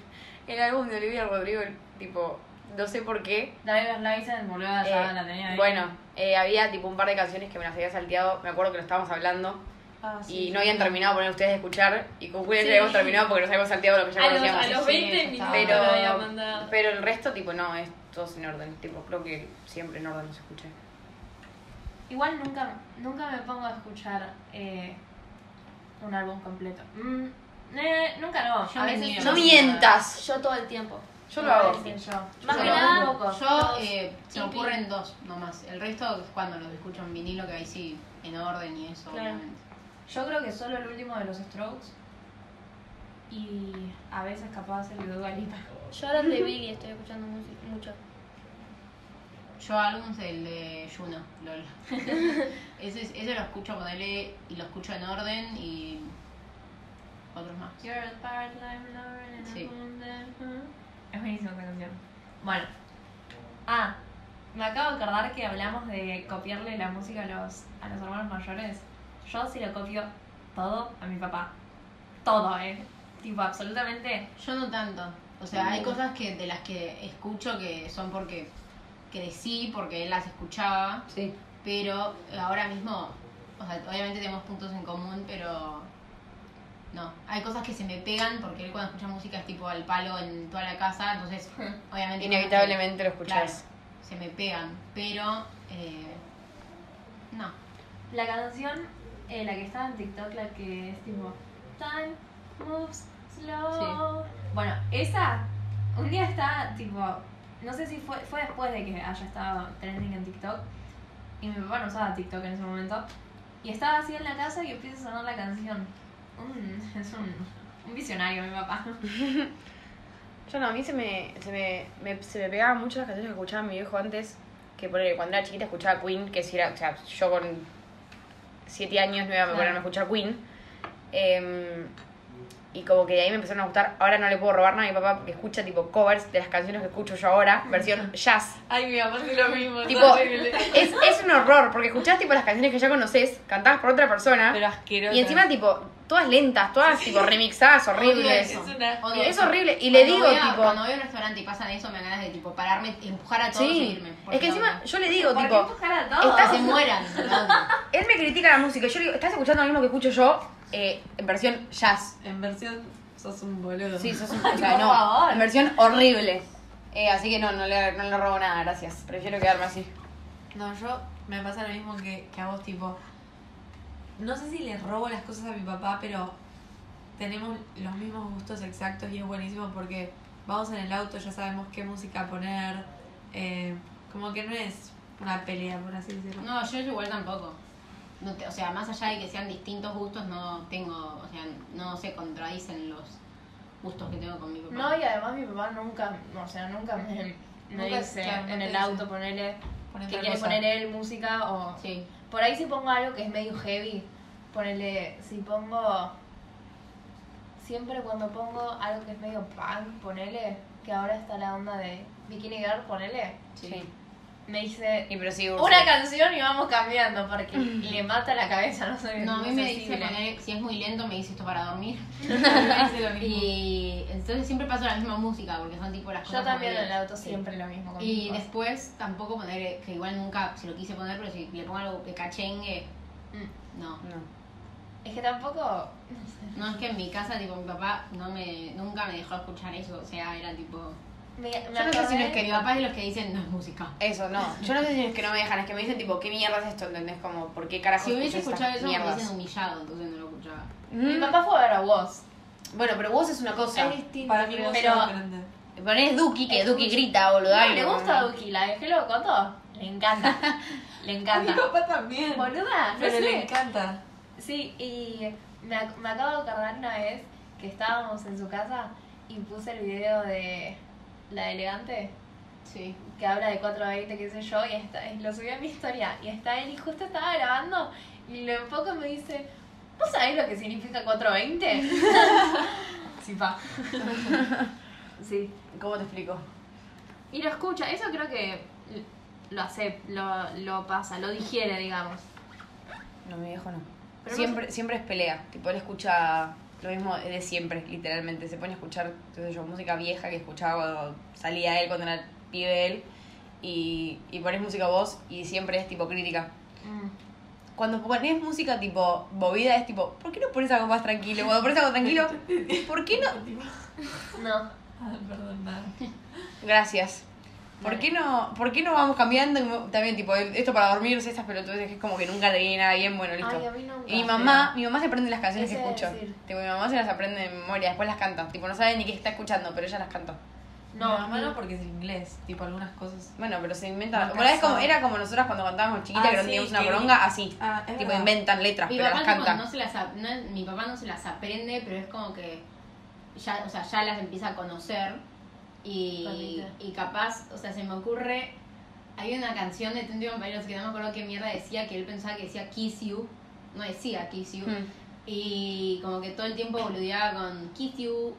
[SPEAKER 2] el álbum de Olivia Rodrigo, el- tipo, no sé por qué.
[SPEAKER 3] Driver's License, boludo, Ah, ya
[SPEAKER 2] Eh,
[SPEAKER 3] la tenía ahí.
[SPEAKER 2] bueno, eh, había tipo un par de canciones que me las había salteado, me acuerdo que lo estábamos hablando
[SPEAKER 3] Ah, sí.
[SPEAKER 2] y no habían terminado de poner ustedes a escuchar y con Julia
[SPEAKER 5] Sí.
[SPEAKER 2] ya habíamos terminado porque nos habíamos salteado lo que ya
[SPEAKER 5] A los,
[SPEAKER 2] conocíamos.
[SPEAKER 5] a los
[SPEAKER 4] Sí,
[SPEAKER 5] 20
[SPEAKER 4] eso
[SPEAKER 5] minutos
[SPEAKER 4] estaba.
[SPEAKER 5] me lo había
[SPEAKER 2] pero,
[SPEAKER 5] mandado.
[SPEAKER 2] pero el resto, tipo, no, es todos en orden, tipo, creo que siempre en orden los escuché.
[SPEAKER 3] Igual nunca, nunca me pongo a escuchar eh, un álbum completo. Mm, eh, nunca no.
[SPEAKER 4] Yo
[SPEAKER 3] a
[SPEAKER 4] me
[SPEAKER 3] veces
[SPEAKER 4] niego.
[SPEAKER 2] ¡No mientas!
[SPEAKER 5] Yo todo el tiempo.
[SPEAKER 2] Yo lo hago.
[SPEAKER 3] Sí, yo.
[SPEAKER 5] Más
[SPEAKER 3] Yo
[SPEAKER 5] que
[SPEAKER 3] lo hago
[SPEAKER 5] nada,
[SPEAKER 3] un poco.
[SPEAKER 4] Yo,
[SPEAKER 5] Dos,
[SPEAKER 4] eh, se
[SPEAKER 5] EP.
[SPEAKER 4] me ocurren dos nomás. El resto es cuando los escucho en vinilo, que ahí sí, en orden y eso,
[SPEAKER 5] Claro.
[SPEAKER 4] obviamente.
[SPEAKER 3] Yo creo que solo el último de los Strokes y a veces capaz el de Dua Lipa.
[SPEAKER 5] Yo ahora de Billy estoy escuchando musi- mucho.
[SPEAKER 4] Yo álbums el de Juno, lol. ese, es- ese lo escucho ponerle y lo escucho en orden y otros más.
[SPEAKER 3] You're a part-time lover and a
[SPEAKER 4] Sí.
[SPEAKER 3] woman. Es buenísima esta canción. Bueno. Ah, me acabo de acordar que hablamos de copiarle la música a los, a los hermanos mayores. Yo sí lo copio todo a mi papá. Todo, eh. Tipo, absolutamente.
[SPEAKER 4] Yo no tanto. O sea, hay cosas que de las que escucho que son porque crecí, porque él las escuchaba,
[SPEAKER 2] Sí.
[SPEAKER 4] pero ahora mismo, o sea, obviamente tenemos puntos en común, pero no. Hay cosas que se me pegan porque él cuando escucha música es tipo al palo en toda la casa, entonces obviamente...
[SPEAKER 2] Inevitablemente lo
[SPEAKER 4] Claro,
[SPEAKER 2] escuchás.
[SPEAKER 4] se me pegan, pero eh, no.
[SPEAKER 3] La canción, eh, la que estaba en TikTok, la que es tipo Time moves slow. Bueno, esa un día estaba tipo, no sé si fue, fue después de que haya estado trending en TikTok y mi papá no usaba TikTok en ese momento y estaba así en la casa y empieza a sonar la canción. Un- es un, un visionario mi papá.
[SPEAKER 2] Yo no, a mí se me, se me, me- se me pegaban mucho las canciones que escuchaba mi viejo antes, que ponele, cuando era chiquita escuchaba Queen, que si era, o sea, yo con 7 años, 9 me ponerme a escuchar Queen. Em, y como que de ahí me empezaron a gustar, ahora no le puedo robar nada a mi papá que escucha tipo covers de las canciones que escucho yo ahora, versión jazz.
[SPEAKER 1] Ay, mi mamá hace lo mismo.
[SPEAKER 2] Tipo, es, es un horror, porque escuchás tipo las canciones que ya conoces, cantadas por otra persona,
[SPEAKER 1] Pero asqueroso.
[SPEAKER 2] y encima tipo, todas lentas, todas tipo remixadas,
[SPEAKER 4] Odio
[SPEAKER 2] horribles.
[SPEAKER 4] eso.
[SPEAKER 1] Es una-
[SPEAKER 4] Odio
[SPEAKER 2] Es
[SPEAKER 4] eso.
[SPEAKER 2] horrible, y le
[SPEAKER 4] Cuando
[SPEAKER 2] digo
[SPEAKER 4] voy a-
[SPEAKER 2] tipo...
[SPEAKER 4] Cuando voy a un restaurante y pasan eso, me dan ganas de tipo pararme, empujar a todos y
[SPEAKER 2] Sí,
[SPEAKER 4] irme. porque
[SPEAKER 2] es que
[SPEAKER 4] no,
[SPEAKER 2] encima
[SPEAKER 4] no.
[SPEAKER 2] yo le digo,
[SPEAKER 3] ¿Por qué
[SPEAKER 2] tipo,
[SPEAKER 3] empujar a todos?
[SPEAKER 4] Que se mueran. ¿no?
[SPEAKER 2] él me critica la música, yo le digo, estás escuchando lo mismo que escucho yo eh, en versión jazz.
[SPEAKER 1] En versión, sos un boludo.
[SPEAKER 2] Sí, sos un o sea,
[SPEAKER 3] por
[SPEAKER 2] no,
[SPEAKER 3] favor.
[SPEAKER 2] en versión horrible. Eh, así que no, no le, no le robo nada, gracias. Prefiero quedarme así.
[SPEAKER 1] No, yo me pasa lo mismo que, que a vos, tipo. No sé si le robo las cosas a mi papá, pero tenemos los mismos gustos exactos y es buenísimo porque vamos en el auto, ya sabemos qué música poner. eh, como que no es una pelea, por así decirlo.
[SPEAKER 4] No, yo igual tampoco. No te- o sea, más allá de que sean distintos gustos, no tengo, o sea, no se contradicen los gustos que tengo con mi papá.
[SPEAKER 3] No, y además mi papá nunca, o sea, nunca me, me
[SPEAKER 1] Nunca,
[SPEAKER 3] dice
[SPEAKER 1] claro, no
[SPEAKER 3] en
[SPEAKER 1] te
[SPEAKER 3] el
[SPEAKER 1] dice.
[SPEAKER 3] auto ponerle
[SPEAKER 1] Pon
[SPEAKER 3] que
[SPEAKER 1] otra
[SPEAKER 3] quiere
[SPEAKER 1] cosa.
[SPEAKER 3] poner él música o...
[SPEAKER 4] Sí.
[SPEAKER 3] Por ahí si pongo algo que es medio heavy, ponele, si pongo... Siempre cuando pongo algo que es medio punk, ponele, que ahora está la onda de Bikini Girl, ponele,
[SPEAKER 2] Sí.
[SPEAKER 3] me dice...
[SPEAKER 2] Y pero sí, Ursa.
[SPEAKER 3] Una canción y vamos cambiando porque le mata la cabeza, no
[SPEAKER 2] Eh,
[SPEAKER 3] sé.
[SPEAKER 4] Mm. No, a mí me dice,
[SPEAKER 3] sensible.
[SPEAKER 4] poner, si es muy lento, me dice esto para dormir.
[SPEAKER 1] Hace lo mismo.
[SPEAKER 4] Y entonces siempre paso la misma música porque son tipo las
[SPEAKER 3] Yo
[SPEAKER 4] cosas.
[SPEAKER 3] también en
[SPEAKER 4] como
[SPEAKER 3] el
[SPEAKER 4] que-
[SPEAKER 3] auto
[SPEAKER 4] Sí.
[SPEAKER 3] siempre lo mismo. con
[SPEAKER 4] Y
[SPEAKER 3] mis cosas.
[SPEAKER 4] después tampoco poner, que igual nunca se lo quise poner, pero si le pongo algo que cachengue,
[SPEAKER 3] Mm.
[SPEAKER 4] no.
[SPEAKER 2] No.
[SPEAKER 3] Es que tampoco.
[SPEAKER 4] No, es que en mi casa, tipo, mi papá no me, nunca me dejó escuchar eso. O sea, era tipo...
[SPEAKER 5] Me, me
[SPEAKER 4] Yo no sé si no
[SPEAKER 5] acordé-
[SPEAKER 4] es que mi papá es de los que dicen, no es música.
[SPEAKER 2] Eso, no. Yo no sé si es que no me dejan, es que me dicen tipo, ¿qué mierda es esto? ¿Entendés? Como, ¿por qué carajo
[SPEAKER 4] Si hubiese
[SPEAKER 2] escuchas
[SPEAKER 4] escuchado
[SPEAKER 2] estas
[SPEAKER 4] eso, me
[SPEAKER 2] mierdas? Mm.
[SPEAKER 4] hubiesen humillado, entonces no lo escuchaba.
[SPEAKER 3] Mi papá fue a ver a vos.
[SPEAKER 2] Bueno, pero vos es una cosa.
[SPEAKER 5] Es distinto.
[SPEAKER 1] Para mí vos
[SPEAKER 3] Pero-
[SPEAKER 1] sos diferente.
[SPEAKER 2] Ponés Duki, que Duki grita, boludo.
[SPEAKER 3] No,
[SPEAKER 2] algo,
[SPEAKER 3] le gusta a Duki, la dejé loco todo. Le encanta. Le encanta.
[SPEAKER 1] papá también.
[SPEAKER 3] Boluda, no
[SPEAKER 1] pero le
[SPEAKER 3] sé.
[SPEAKER 1] encanta.
[SPEAKER 3] Sí, y me, ac- me acabo de acordar una vez que estábamos en su casa y puse el video de la de elegante
[SPEAKER 4] Sí.
[SPEAKER 3] que habla de 420, qué sé yo, y, está, y lo subí a mi historia. Y está él y justo estaba grabando y lo enfoco y me dice, ¿vos sabés lo que significa 420? sí, pa. sí.
[SPEAKER 2] ¿Cómo te explico?
[SPEAKER 3] Y lo escucha, eso creo que lo hace, lo, lo pasa, lo digiere, digamos.
[SPEAKER 2] No, mi viejo no.
[SPEAKER 3] Pero
[SPEAKER 2] siempre, siempre es pelea. Tipo, él escucha lo mismo de siempre, literalmente. Se pone a escuchar, qué sé yo, música vieja que escuchaba cuando salía él, cuando era pibe él. Y, y pones música vos y siempre es tipo crítica. Mm. Cuando pones música tipo movida es tipo, ¿por qué no pones algo más tranquilo? Cuando pones algo tranquilo, ¿por qué no?
[SPEAKER 3] No.
[SPEAKER 1] Ah, perdón, nada.
[SPEAKER 2] Gracias. ¿Por qué, no, ¿Por qué no vamos cambiando? Y mo- También, tipo, esto para dormirse, estas pelotudeces que es como que nunca te viene nada bien, bueno, listo.
[SPEAKER 3] Ay, a mí nunca.
[SPEAKER 2] Y mi mamá, mi mamá se aprende las canciones que
[SPEAKER 3] Eso iba a
[SPEAKER 2] escucho.
[SPEAKER 3] decir.
[SPEAKER 2] Tipo, mi mamá se las aprende de memoria, después las canta. Tipo, no sabe ni qué está escuchando, pero ella las canta.
[SPEAKER 1] Mi
[SPEAKER 3] No,
[SPEAKER 1] mamá no porque es inglés, tipo algunas cosas.
[SPEAKER 2] Bueno, pero se inventa.
[SPEAKER 1] Nunca
[SPEAKER 2] Bueno, es como,
[SPEAKER 1] sabe.
[SPEAKER 2] era como nosotras cuando cantábamos chiquitas,
[SPEAKER 1] Ah,
[SPEAKER 2] que no
[SPEAKER 1] sí,
[SPEAKER 2] teníamos una
[SPEAKER 1] que-
[SPEAKER 2] poronga, así.
[SPEAKER 1] Ah, es
[SPEAKER 2] tipo,
[SPEAKER 1] verdad.
[SPEAKER 2] inventan letras,
[SPEAKER 4] Mi
[SPEAKER 2] pero
[SPEAKER 4] papá,
[SPEAKER 2] las
[SPEAKER 4] tipo,
[SPEAKER 2] canta.
[SPEAKER 4] no se las, ap- no es- mi papá no se las aprende, pero es como que ya, o sea, ya las empieza a conocer y,
[SPEAKER 3] Papita.
[SPEAKER 4] y capaz, o sea, se me ocurre, hay una canción de Twenty One Pilots que no me acuerdo qué mierda decía, que él pensaba que decía Kiss You, no decía Kiss You,
[SPEAKER 2] Hmm.
[SPEAKER 4] y como que todo el tiempo boludeaba con Kiss You,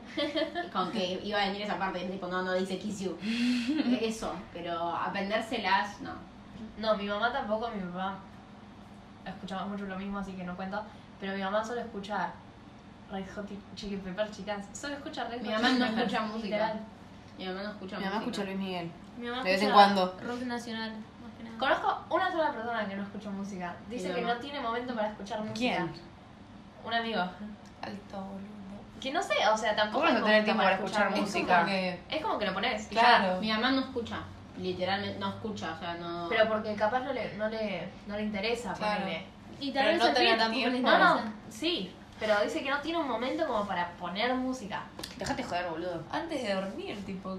[SPEAKER 4] con que iba a venir esa parte, tipo, no, no dice Kiss You, eso, pero aprendérselas, no.
[SPEAKER 3] no, mi mamá tampoco, mi papá escuchaba mucho lo mismo, así que no cuento. Pero mi mamá solo escucha Red Hot Chicken Pepper, chicas. Solo escucha Red
[SPEAKER 4] Mi
[SPEAKER 3] Hot
[SPEAKER 4] mamá
[SPEAKER 3] Chili
[SPEAKER 4] no
[SPEAKER 3] Peppers,
[SPEAKER 4] escucha música.
[SPEAKER 3] literal.
[SPEAKER 4] Mi mamá no escucha
[SPEAKER 2] Mi mamá
[SPEAKER 4] música.
[SPEAKER 2] escucha Luis Miguel.
[SPEAKER 5] Mi mamá
[SPEAKER 2] De vez en
[SPEAKER 5] escucha
[SPEAKER 2] cuando.
[SPEAKER 5] Rock nacional, más que nada.
[SPEAKER 3] Conozco una sola persona que no escucha música. Dice
[SPEAKER 4] Mi
[SPEAKER 3] que
[SPEAKER 4] mamá.
[SPEAKER 3] no tiene momento para escuchar música.
[SPEAKER 2] ¿Quién?
[SPEAKER 3] Un amigo.
[SPEAKER 1] Alto, boludo.
[SPEAKER 3] Que no sé, o sea, tampoco
[SPEAKER 2] ¿Cómo vas a tener
[SPEAKER 3] hay momento
[SPEAKER 2] tiempo para escuchar
[SPEAKER 3] escuchar
[SPEAKER 2] música?
[SPEAKER 1] que-
[SPEAKER 3] Es como que lo pones. y ya.
[SPEAKER 1] Claro.
[SPEAKER 4] Mi mamá no escucha, literalmente no escucha, o sea, no...
[SPEAKER 3] Pero porque capaz no le, no le, no le interesa
[SPEAKER 1] Claro.
[SPEAKER 3] ponerle.
[SPEAKER 5] Y
[SPEAKER 1] Pero
[SPEAKER 5] tal vez
[SPEAKER 1] no
[SPEAKER 5] el pibe
[SPEAKER 1] tener
[SPEAKER 5] tampoco les
[SPEAKER 1] tiempo.
[SPEAKER 3] No,
[SPEAKER 5] interesa.
[SPEAKER 3] no, sí. Pero dice que no tiene un momento como para poner música.
[SPEAKER 2] Déjate joder, boludo.
[SPEAKER 1] Antes de dormir, tipo.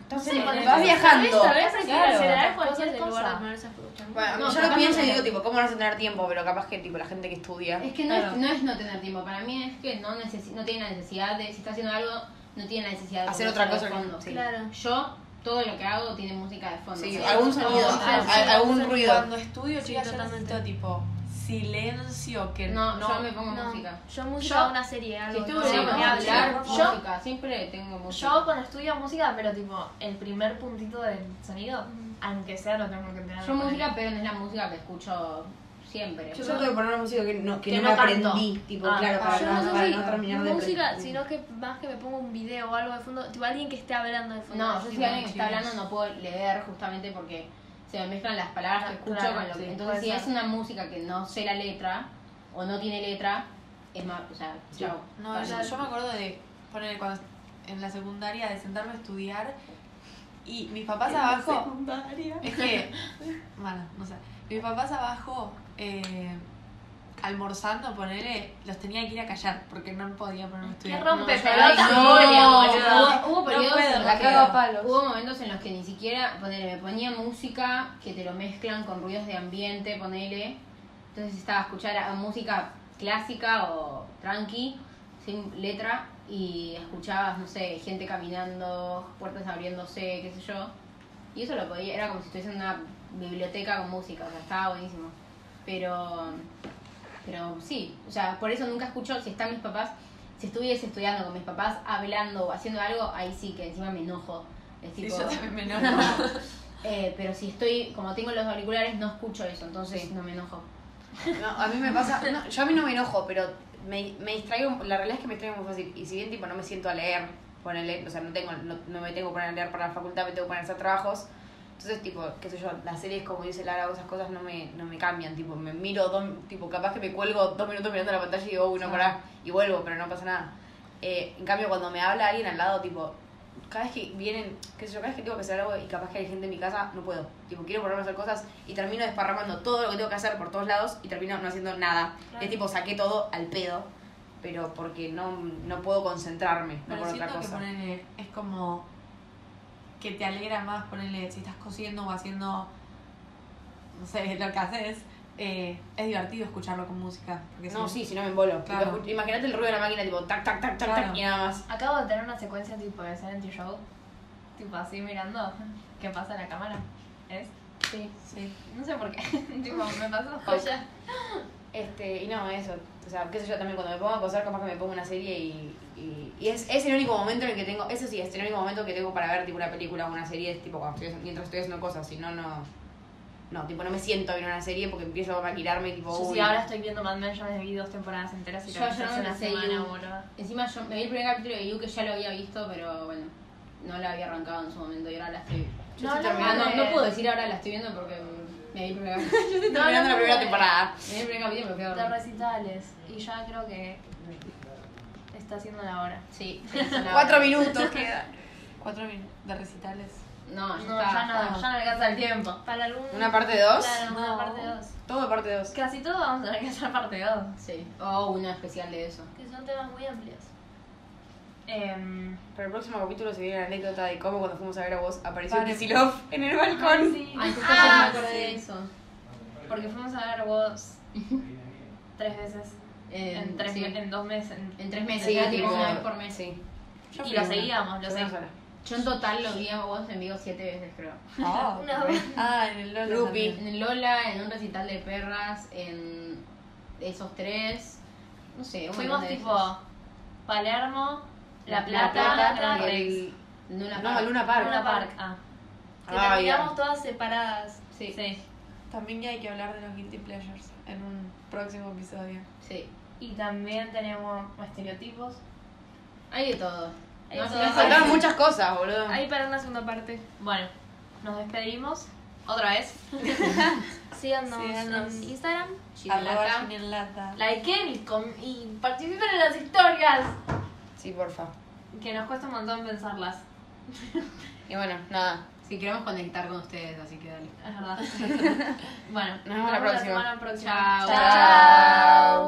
[SPEAKER 2] Estás
[SPEAKER 3] Sí,
[SPEAKER 2] en-
[SPEAKER 3] cuando
[SPEAKER 2] vas
[SPEAKER 3] estás-
[SPEAKER 2] viajando.
[SPEAKER 3] Tal vez hay que
[SPEAKER 1] Claro.
[SPEAKER 3] considerar
[SPEAKER 5] Cosas
[SPEAKER 3] cualquier
[SPEAKER 5] en lugar de
[SPEAKER 3] cosa.
[SPEAKER 5] ponerse a escuchar.
[SPEAKER 2] Bueno,
[SPEAKER 4] No,
[SPEAKER 2] yo
[SPEAKER 4] capaz
[SPEAKER 2] lo pienso
[SPEAKER 4] no
[SPEAKER 2] y digo,
[SPEAKER 4] tenés-
[SPEAKER 2] tipo, ¿cómo no vas a tener tiempo? Pero capaz que, tipo, la gente que estudia.
[SPEAKER 4] Es que no,
[SPEAKER 1] Claro.
[SPEAKER 4] es, no es no tener tiempo, para mí es que no, necesi- no tiene la necesidad de, si está haciendo algo, no tiene la necesidad de
[SPEAKER 2] Hacer
[SPEAKER 4] ponerse
[SPEAKER 2] otra cosa
[SPEAKER 4] de
[SPEAKER 2] que-
[SPEAKER 4] fondo.
[SPEAKER 2] sí.
[SPEAKER 5] Claro.
[SPEAKER 4] Yo, todo lo que hago tiene música de fondo.
[SPEAKER 2] Sí,
[SPEAKER 4] o sea,
[SPEAKER 2] algún
[SPEAKER 4] no-
[SPEAKER 2] sonido,
[SPEAKER 4] no,
[SPEAKER 2] al-
[SPEAKER 5] sí,
[SPEAKER 2] algún
[SPEAKER 1] Cuando-
[SPEAKER 2] ruido.
[SPEAKER 1] Cuando estudio,
[SPEAKER 5] Sí,
[SPEAKER 1] chicas, yo
[SPEAKER 5] totalmente.
[SPEAKER 1] necesito, tipo, silencio que
[SPEAKER 4] No,
[SPEAKER 1] no.
[SPEAKER 4] yo me pongo
[SPEAKER 5] No,
[SPEAKER 4] música.
[SPEAKER 5] yo música
[SPEAKER 3] Yo-
[SPEAKER 5] una
[SPEAKER 4] Si
[SPEAKER 5] serie, algo.
[SPEAKER 4] estoy
[SPEAKER 5] ¿no?
[SPEAKER 4] volviendo
[SPEAKER 3] sí,
[SPEAKER 4] a
[SPEAKER 3] me
[SPEAKER 4] hablar,
[SPEAKER 3] hablo. Yo-
[SPEAKER 4] música, siempre tengo música.
[SPEAKER 3] Yo cuando estudio música, pero tipo, el primer puntito del sonido,
[SPEAKER 5] Ujú.
[SPEAKER 3] aunque sea, lo tengo que tener.
[SPEAKER 4] Yo música, pero no es la música que escucho siempre.
[SPEAKER 2] Yo trato de poner una música que no, que
[SPEAKER 3] Que
[SPEAKER 2] no,
[SPEAKER 3] no
[SPEAKER 2] me
[SPEAKER 3] canto.
[SPEAKER 2] aprendí, tipo,
[SPEAKER 3] Ah,
[SPEAKER 2] claro, para,
[SPEAKER 5] Yo
[SPEAKER 2] no,
[SPEAKER 5] no sé
[SPEAKER 2] para
[SPEAKER 5] si
[SPEAKER 2] no terminar de
[SPEAKER 5] música,
[SPEAKER 2] aprender.
[SPEAKER 5] sino que más que me pongo un video o algo de fondo, tipo alguien que esté hablando de fondo.
[SPEAKER 4] No, yo si alguien que está
[SPEAKER 1] chicos.
[SPEAKER 4] hablando no puedo leer justamente porque se me mezclan las palabras que
[SPEAKER 3] Ah,
[SPEAKER 4] escucho
[SPEAKER 3] claro,
[SPEAKER 4] con lo que...
[SPEAKER 3] sí,
[SPEAKER 4] entonces
[SPEAKER 3] puede
[SPEAKER 4] si
[SPEAKER 3] ser.
[SPEAKER 4] es una música que no sé la letra o no tiene letra, es más, o sea, chao.
[SPEAKER 1] No, yo, yo me acuerdo de poner cuando en la secundaria de sentarme a estudiar y mis papás abajo. Es que, bueno, no sé. Mis papás abajo eh, almorzando, ponele, los tenía que ir a callar porque no podía ponerme a
[SPEAKER 3] Que
[SPEAKER 1] estudiar.
[SPEAKER 3] rompe
[SPEAKER 4] No, yo
[SPEAKER 3] pelotas,
[SPEAKER 4] no,
[SPEAKER 3] Julia,
[SPEAKER 4] no,
[SPEAKER 3] boludo.
[SPEAKER 4] hubo- hubo
[SPEAKER 1] No
[SPEAKER 4] periodos
[SPEAKER 1] puedo,
[SPEAKER 4] en
[SPEAKER 1] la
[SPEAKER 4] los que-
[SPEAKER 1] cago a palos.
[SPEAKER 4] Hubo momentos en los que ni siquiera, ponele, me ponía música que te lo mezclan con ruidos de ambiente, ponele. Entonces estaba a escuchar a- música clásica o tranqui, sin letra, y escuchabas, no sé, gente caminando, puertas abriéndose, qué sé yo. Y eso lo podía, era como si estuviese en una biblioteca con música, o sea, estaba buenísimo. Pero, pero sí, o sea, por eso nunca escucho si están mis papás, si estuviese estudiando con mis papás, hablando o haciendo algo, ahí sí que encima me enojo. Es
[SPEAKER 1] Sí,
[SPEAKER 4] tipo,
[SPEAKER 1] yo también me enojo.
[SPEAKER 4] eh, pero si estoy, como tengo los auriculares, no escucho eso, entonces no me enojo.
[SPEAKER 2] No, a mí me pasa, no, yo a mí no me enojo, pero me, me distraigo, la realidad es que me distraigo muy fácil. Y si bien, tipo, no me siento a leer, ponele, o sea, no, tengo, no, no me tengo que poner a leer para la facultad, me tengo que poner a hacer trabajos, Entonces, tipo, qué sé yo, las series como dice Lara o esas cosas no me, no me cambian, tipo, me miro, dos- tipo, capaz que me cuelgo dos minutos mirando la pantalla y digo, uy, no, pará, y vuelvo, pero no pasa nada. Eh, en cambio, cuando me habla alguien al lado, tipo, cada vez que vienen, qué sé yo, cada vez que tengo que hacer algo y capaz que hay gente en mi casa, no puedo. Tipo, quiero ponerme a hacer cosas y termino desparramando todo lo que tengo que hacer por todos lados y termino no haciendo nada.
[SPEAKER 5] Claro.
[SPEAKER 2] Es tipo, saqué todo al pedo, pero porque no, no puedo concentrarme, no
[SPEAKER 1] Pero
[SPEAKER 2] por otra
[SPEAKER 1] siento que
[SPEAKER 2] cosa.
[SPEAKER 1] ponele, es como que te alegra más ponerle, si estás cosiendo o haciendo, no sé, lo que haces, eh, es divertido escucharlo con música. porque
[SPEAKER 2] No,
[SPEAKER 1] si-
[SPEAKER 2] sí, si no me embolo.
[SPEAKER 1] Claro.
[SPEAKER 2] Tipo, escu- Imagínate el ruido de la máquina, tipo, tac, tac, tac, tac,
[SPEAKER 1] Claro.
[SPEAKER 2] tac, y nada más.
[SPEAKER 3] Acabo de tener una secuencia tipo de Silent Show, tipo así mirando qué pasa en la cámara. ¿Es?
[SPEAKER 5] Sí.
[SPEAKER 1] Sí.
[SPEAKER 3] No sé por qué. tipo, me pasó
[SPEAKER 2] Joya. Este, y no, eso. O sea, qué sé yo también, cuando me pongo a coser, capaz que me pongo una serie y. y, y es, es el único momento en el que tengo. Eso sí, es el único momento que tengo para ver, tipo, una película o una serie, es tipo, cuando estoy- mientras estoy haciendo cosas, si no, no. No, tipo, no me siento a ver una serie porque empiezo a maquillarme y tipo.
[SPEAKER 3] Yo
[SPEAKER 2] uy.
[SPEAKER 3] sí, ahora estoy viendo Mad Men, yo me vi dos temporadas enteras y
[SPEAKER 4] Yo
[SPEAKER 3] la
[SPEAKER 4] ayer
[SPEAKER 3] hace
[SPEAKER 4] me
[SPEAKER 3] una
[SPEAKER 4] empecé
[SPEAKER 3] semana,
[SPEAKER 4] You.
[SPEAKER 3] boludo.
[SPEAKER 4] Encima yo me vi el primer capítulo de You que ya lo había visto, pero bueno, no la había arrancado en su momento y ahora la estoy.
[SPEAKER 2] Yo
[SPEAKER 3] No,
[SPEAKER 2] estoy
[SPEAKER 3] no,
[SPEAKER 4] Ah,
[SPEAKER 2] terminando,
[SPEAKER 4] no,
[SPEAKER 3] Eh.
[SPEAKER 4] no puedo decir ahora la estoy viendo porque mm, me vi el primer capítulo.
[SPEAKER 2] yo estoy terminando la primera temporada.
[SPEAKER 4] Me vi el primer capítulo y me fui a
[SPEAKER 3] De
[SPEAKER 4] dormir.
[SPEAKER 3] recitales. Y ya creo que está haciendo la hora.
[SPEAKER 4] Sí, eso no.
[SPEAKER 2] Cuatro minutos quedan.
[SPEAKER 1] Cuatro minutos de recitales.
[SPEAKER 4] No, ya,
[SPEAKER 3] No,
[SPEAKER 4] está,
[SPEAKER 3] ya no,
[SPEAKER 4] está, ya no alcanza el tiempo.
[SPEAKER 5] Para algún...
[SPEAKER 2] ¿Una parte dos?
[SPEAKER 3] Claro, una
[SPEAKER 1] No.
[SPEAKER 3] parte dos.
[SPEAKER 2] Todo de parte 2.
[SPEAKER 3] Casi todo vamos a tener que hacer parte dos.
[SPEAKER 4] Sí, o una especial de eso.
[SPEAKER 5] Que son temas muy amplios.
[SPEAKER 3] Em,
[SPEAKER 2] Para el próximo capítulo se viene la anécdota de cómo cuando fuimos a ver a vos apareció
[SPEAKER 1] Vale.
[SPEAKER 2] Kisilov en el balcón.
[SPEAKER 3] sí.
[SPEAKER 4] Ay, justo
[SPEAKER 3] Ah,
[SPEAKER 4] ayer me acordé de
[SPEAKER 3] sí.
[SPEAKER 4] eso.
[SPEAKER 3] Porque fuimos a ver vos tres veces.
[SPEAKER 4] Eh,
[SPEAKER 3] En, tres
[SPEAKER 4] sí.
[SPEAKER 3] me- en dos meses. en-
[SPEAKER 4] En tres meses,
[SPEAKER 2] Sí,
[SPEAKER 4] era tipo
[SPEAKER 2] tipo-
[SPEAKER 4] una vez por mes.
[SPEAKER 2] Sí.
[SPEAKER 1] Yo
[SPEAKER 3] y
[SPEAKER 1] fui
[SPEAKER 3] lo
[SPEAKER 1] una.
[SPEAKER 3] seguíamos,
[SPEAKER 2] Yo
[SPEAKER 3] lo
[SPEAKER 2] una
[SPEAKER 3] seguíamos.
[SPEAKER 2] sola.
[SPEAKER 4] Yo en total lo vi a vos en vivo siete veces, creo.
[SPEAKER 1] Ah,
[SPEAKER 5] Una
[SPEAKER 1] ah, en el Lola.
[SPEAKER 2] Grupi.
[SPEAKER 1] también.
[SPEAKER 4] En Lola, en un recital de perras, en esos tres. No sé, un montón
[SPEAKER 3] Fuimos
[SPEAKER 4] de
[SPEAKER 3] tipo
[SPEAKER 4] veces.
[SPEAKER 3] Palermo,
[SPEAKER 4] La
[SPEAKER 3] La Plata,
[SPEAKER 4] Plata,
[SPEAKER 3] Rex.
[SPEAKER 2] El-
[SPEAKER 4] Luna
[SPEAKER 2] No,
[SPEAKER 4] Park.
[SPEAKER 2] Luna Park.
[SPEAKER 3] Luna Park. Ah,
[SPEAKER 5] Que
[SPEAKER 2] Ah,
[SPEAKER 5] terminamos
[SPEAKER 2] bien.
[SPEAKER 5] todas separadas.
[SPEAKER 4] Sí, sí.
[SPEAKER 3] sí.
[SPEAKER 1] También hay que hablar de los guilty pleasures en un próximo episodio.
[SPEAKER 3] Y también tenemos estereotipos.
[SPEAKER 4] Hay de todo.
[SPEAKER 5] Hay
[SPEAKER 4] No,
[SPEAKER 5] de
[SPEAKER 4] si
[SPEAKER 5] todo.
[SPEAKER 4] no sabes-
[SPEAKER 2] Faltaron muchas cosas, boludo.
[SPEAKER 5] Ahí para una segunda parte.
[SPEAKER 3] Bueno, nos despedimos. Otra vez.
[SPEAKER 5] Síganos,
[SPEAKER 1] Síganos.
[SPEAKER 5] en Instagram.
[SPEAKER 1] Arroba
[SPEAKER 4] Chinelata.
[SPEAKER 1] Chinelata.
[SPEAKER 3] Likeen y, com- y participen en las historias.
[SPEAKER 2] Sí, porfa.
[SPEAKER 3] Que nos cuesta un montón pensarlas.
[SPEAKER 2] Y bueno, nada.
[SPEAKER 4] Sí, queremos conectar con ustedes, así que dale.
[SPEAKER 3] Es verdad. bueno,
[SPEAKER 2] Nos vemos la próxima.
[SPEAKER 3] semana próxima.
[SPEAKER 4] Chao.
[SPEAKER 2] Chao.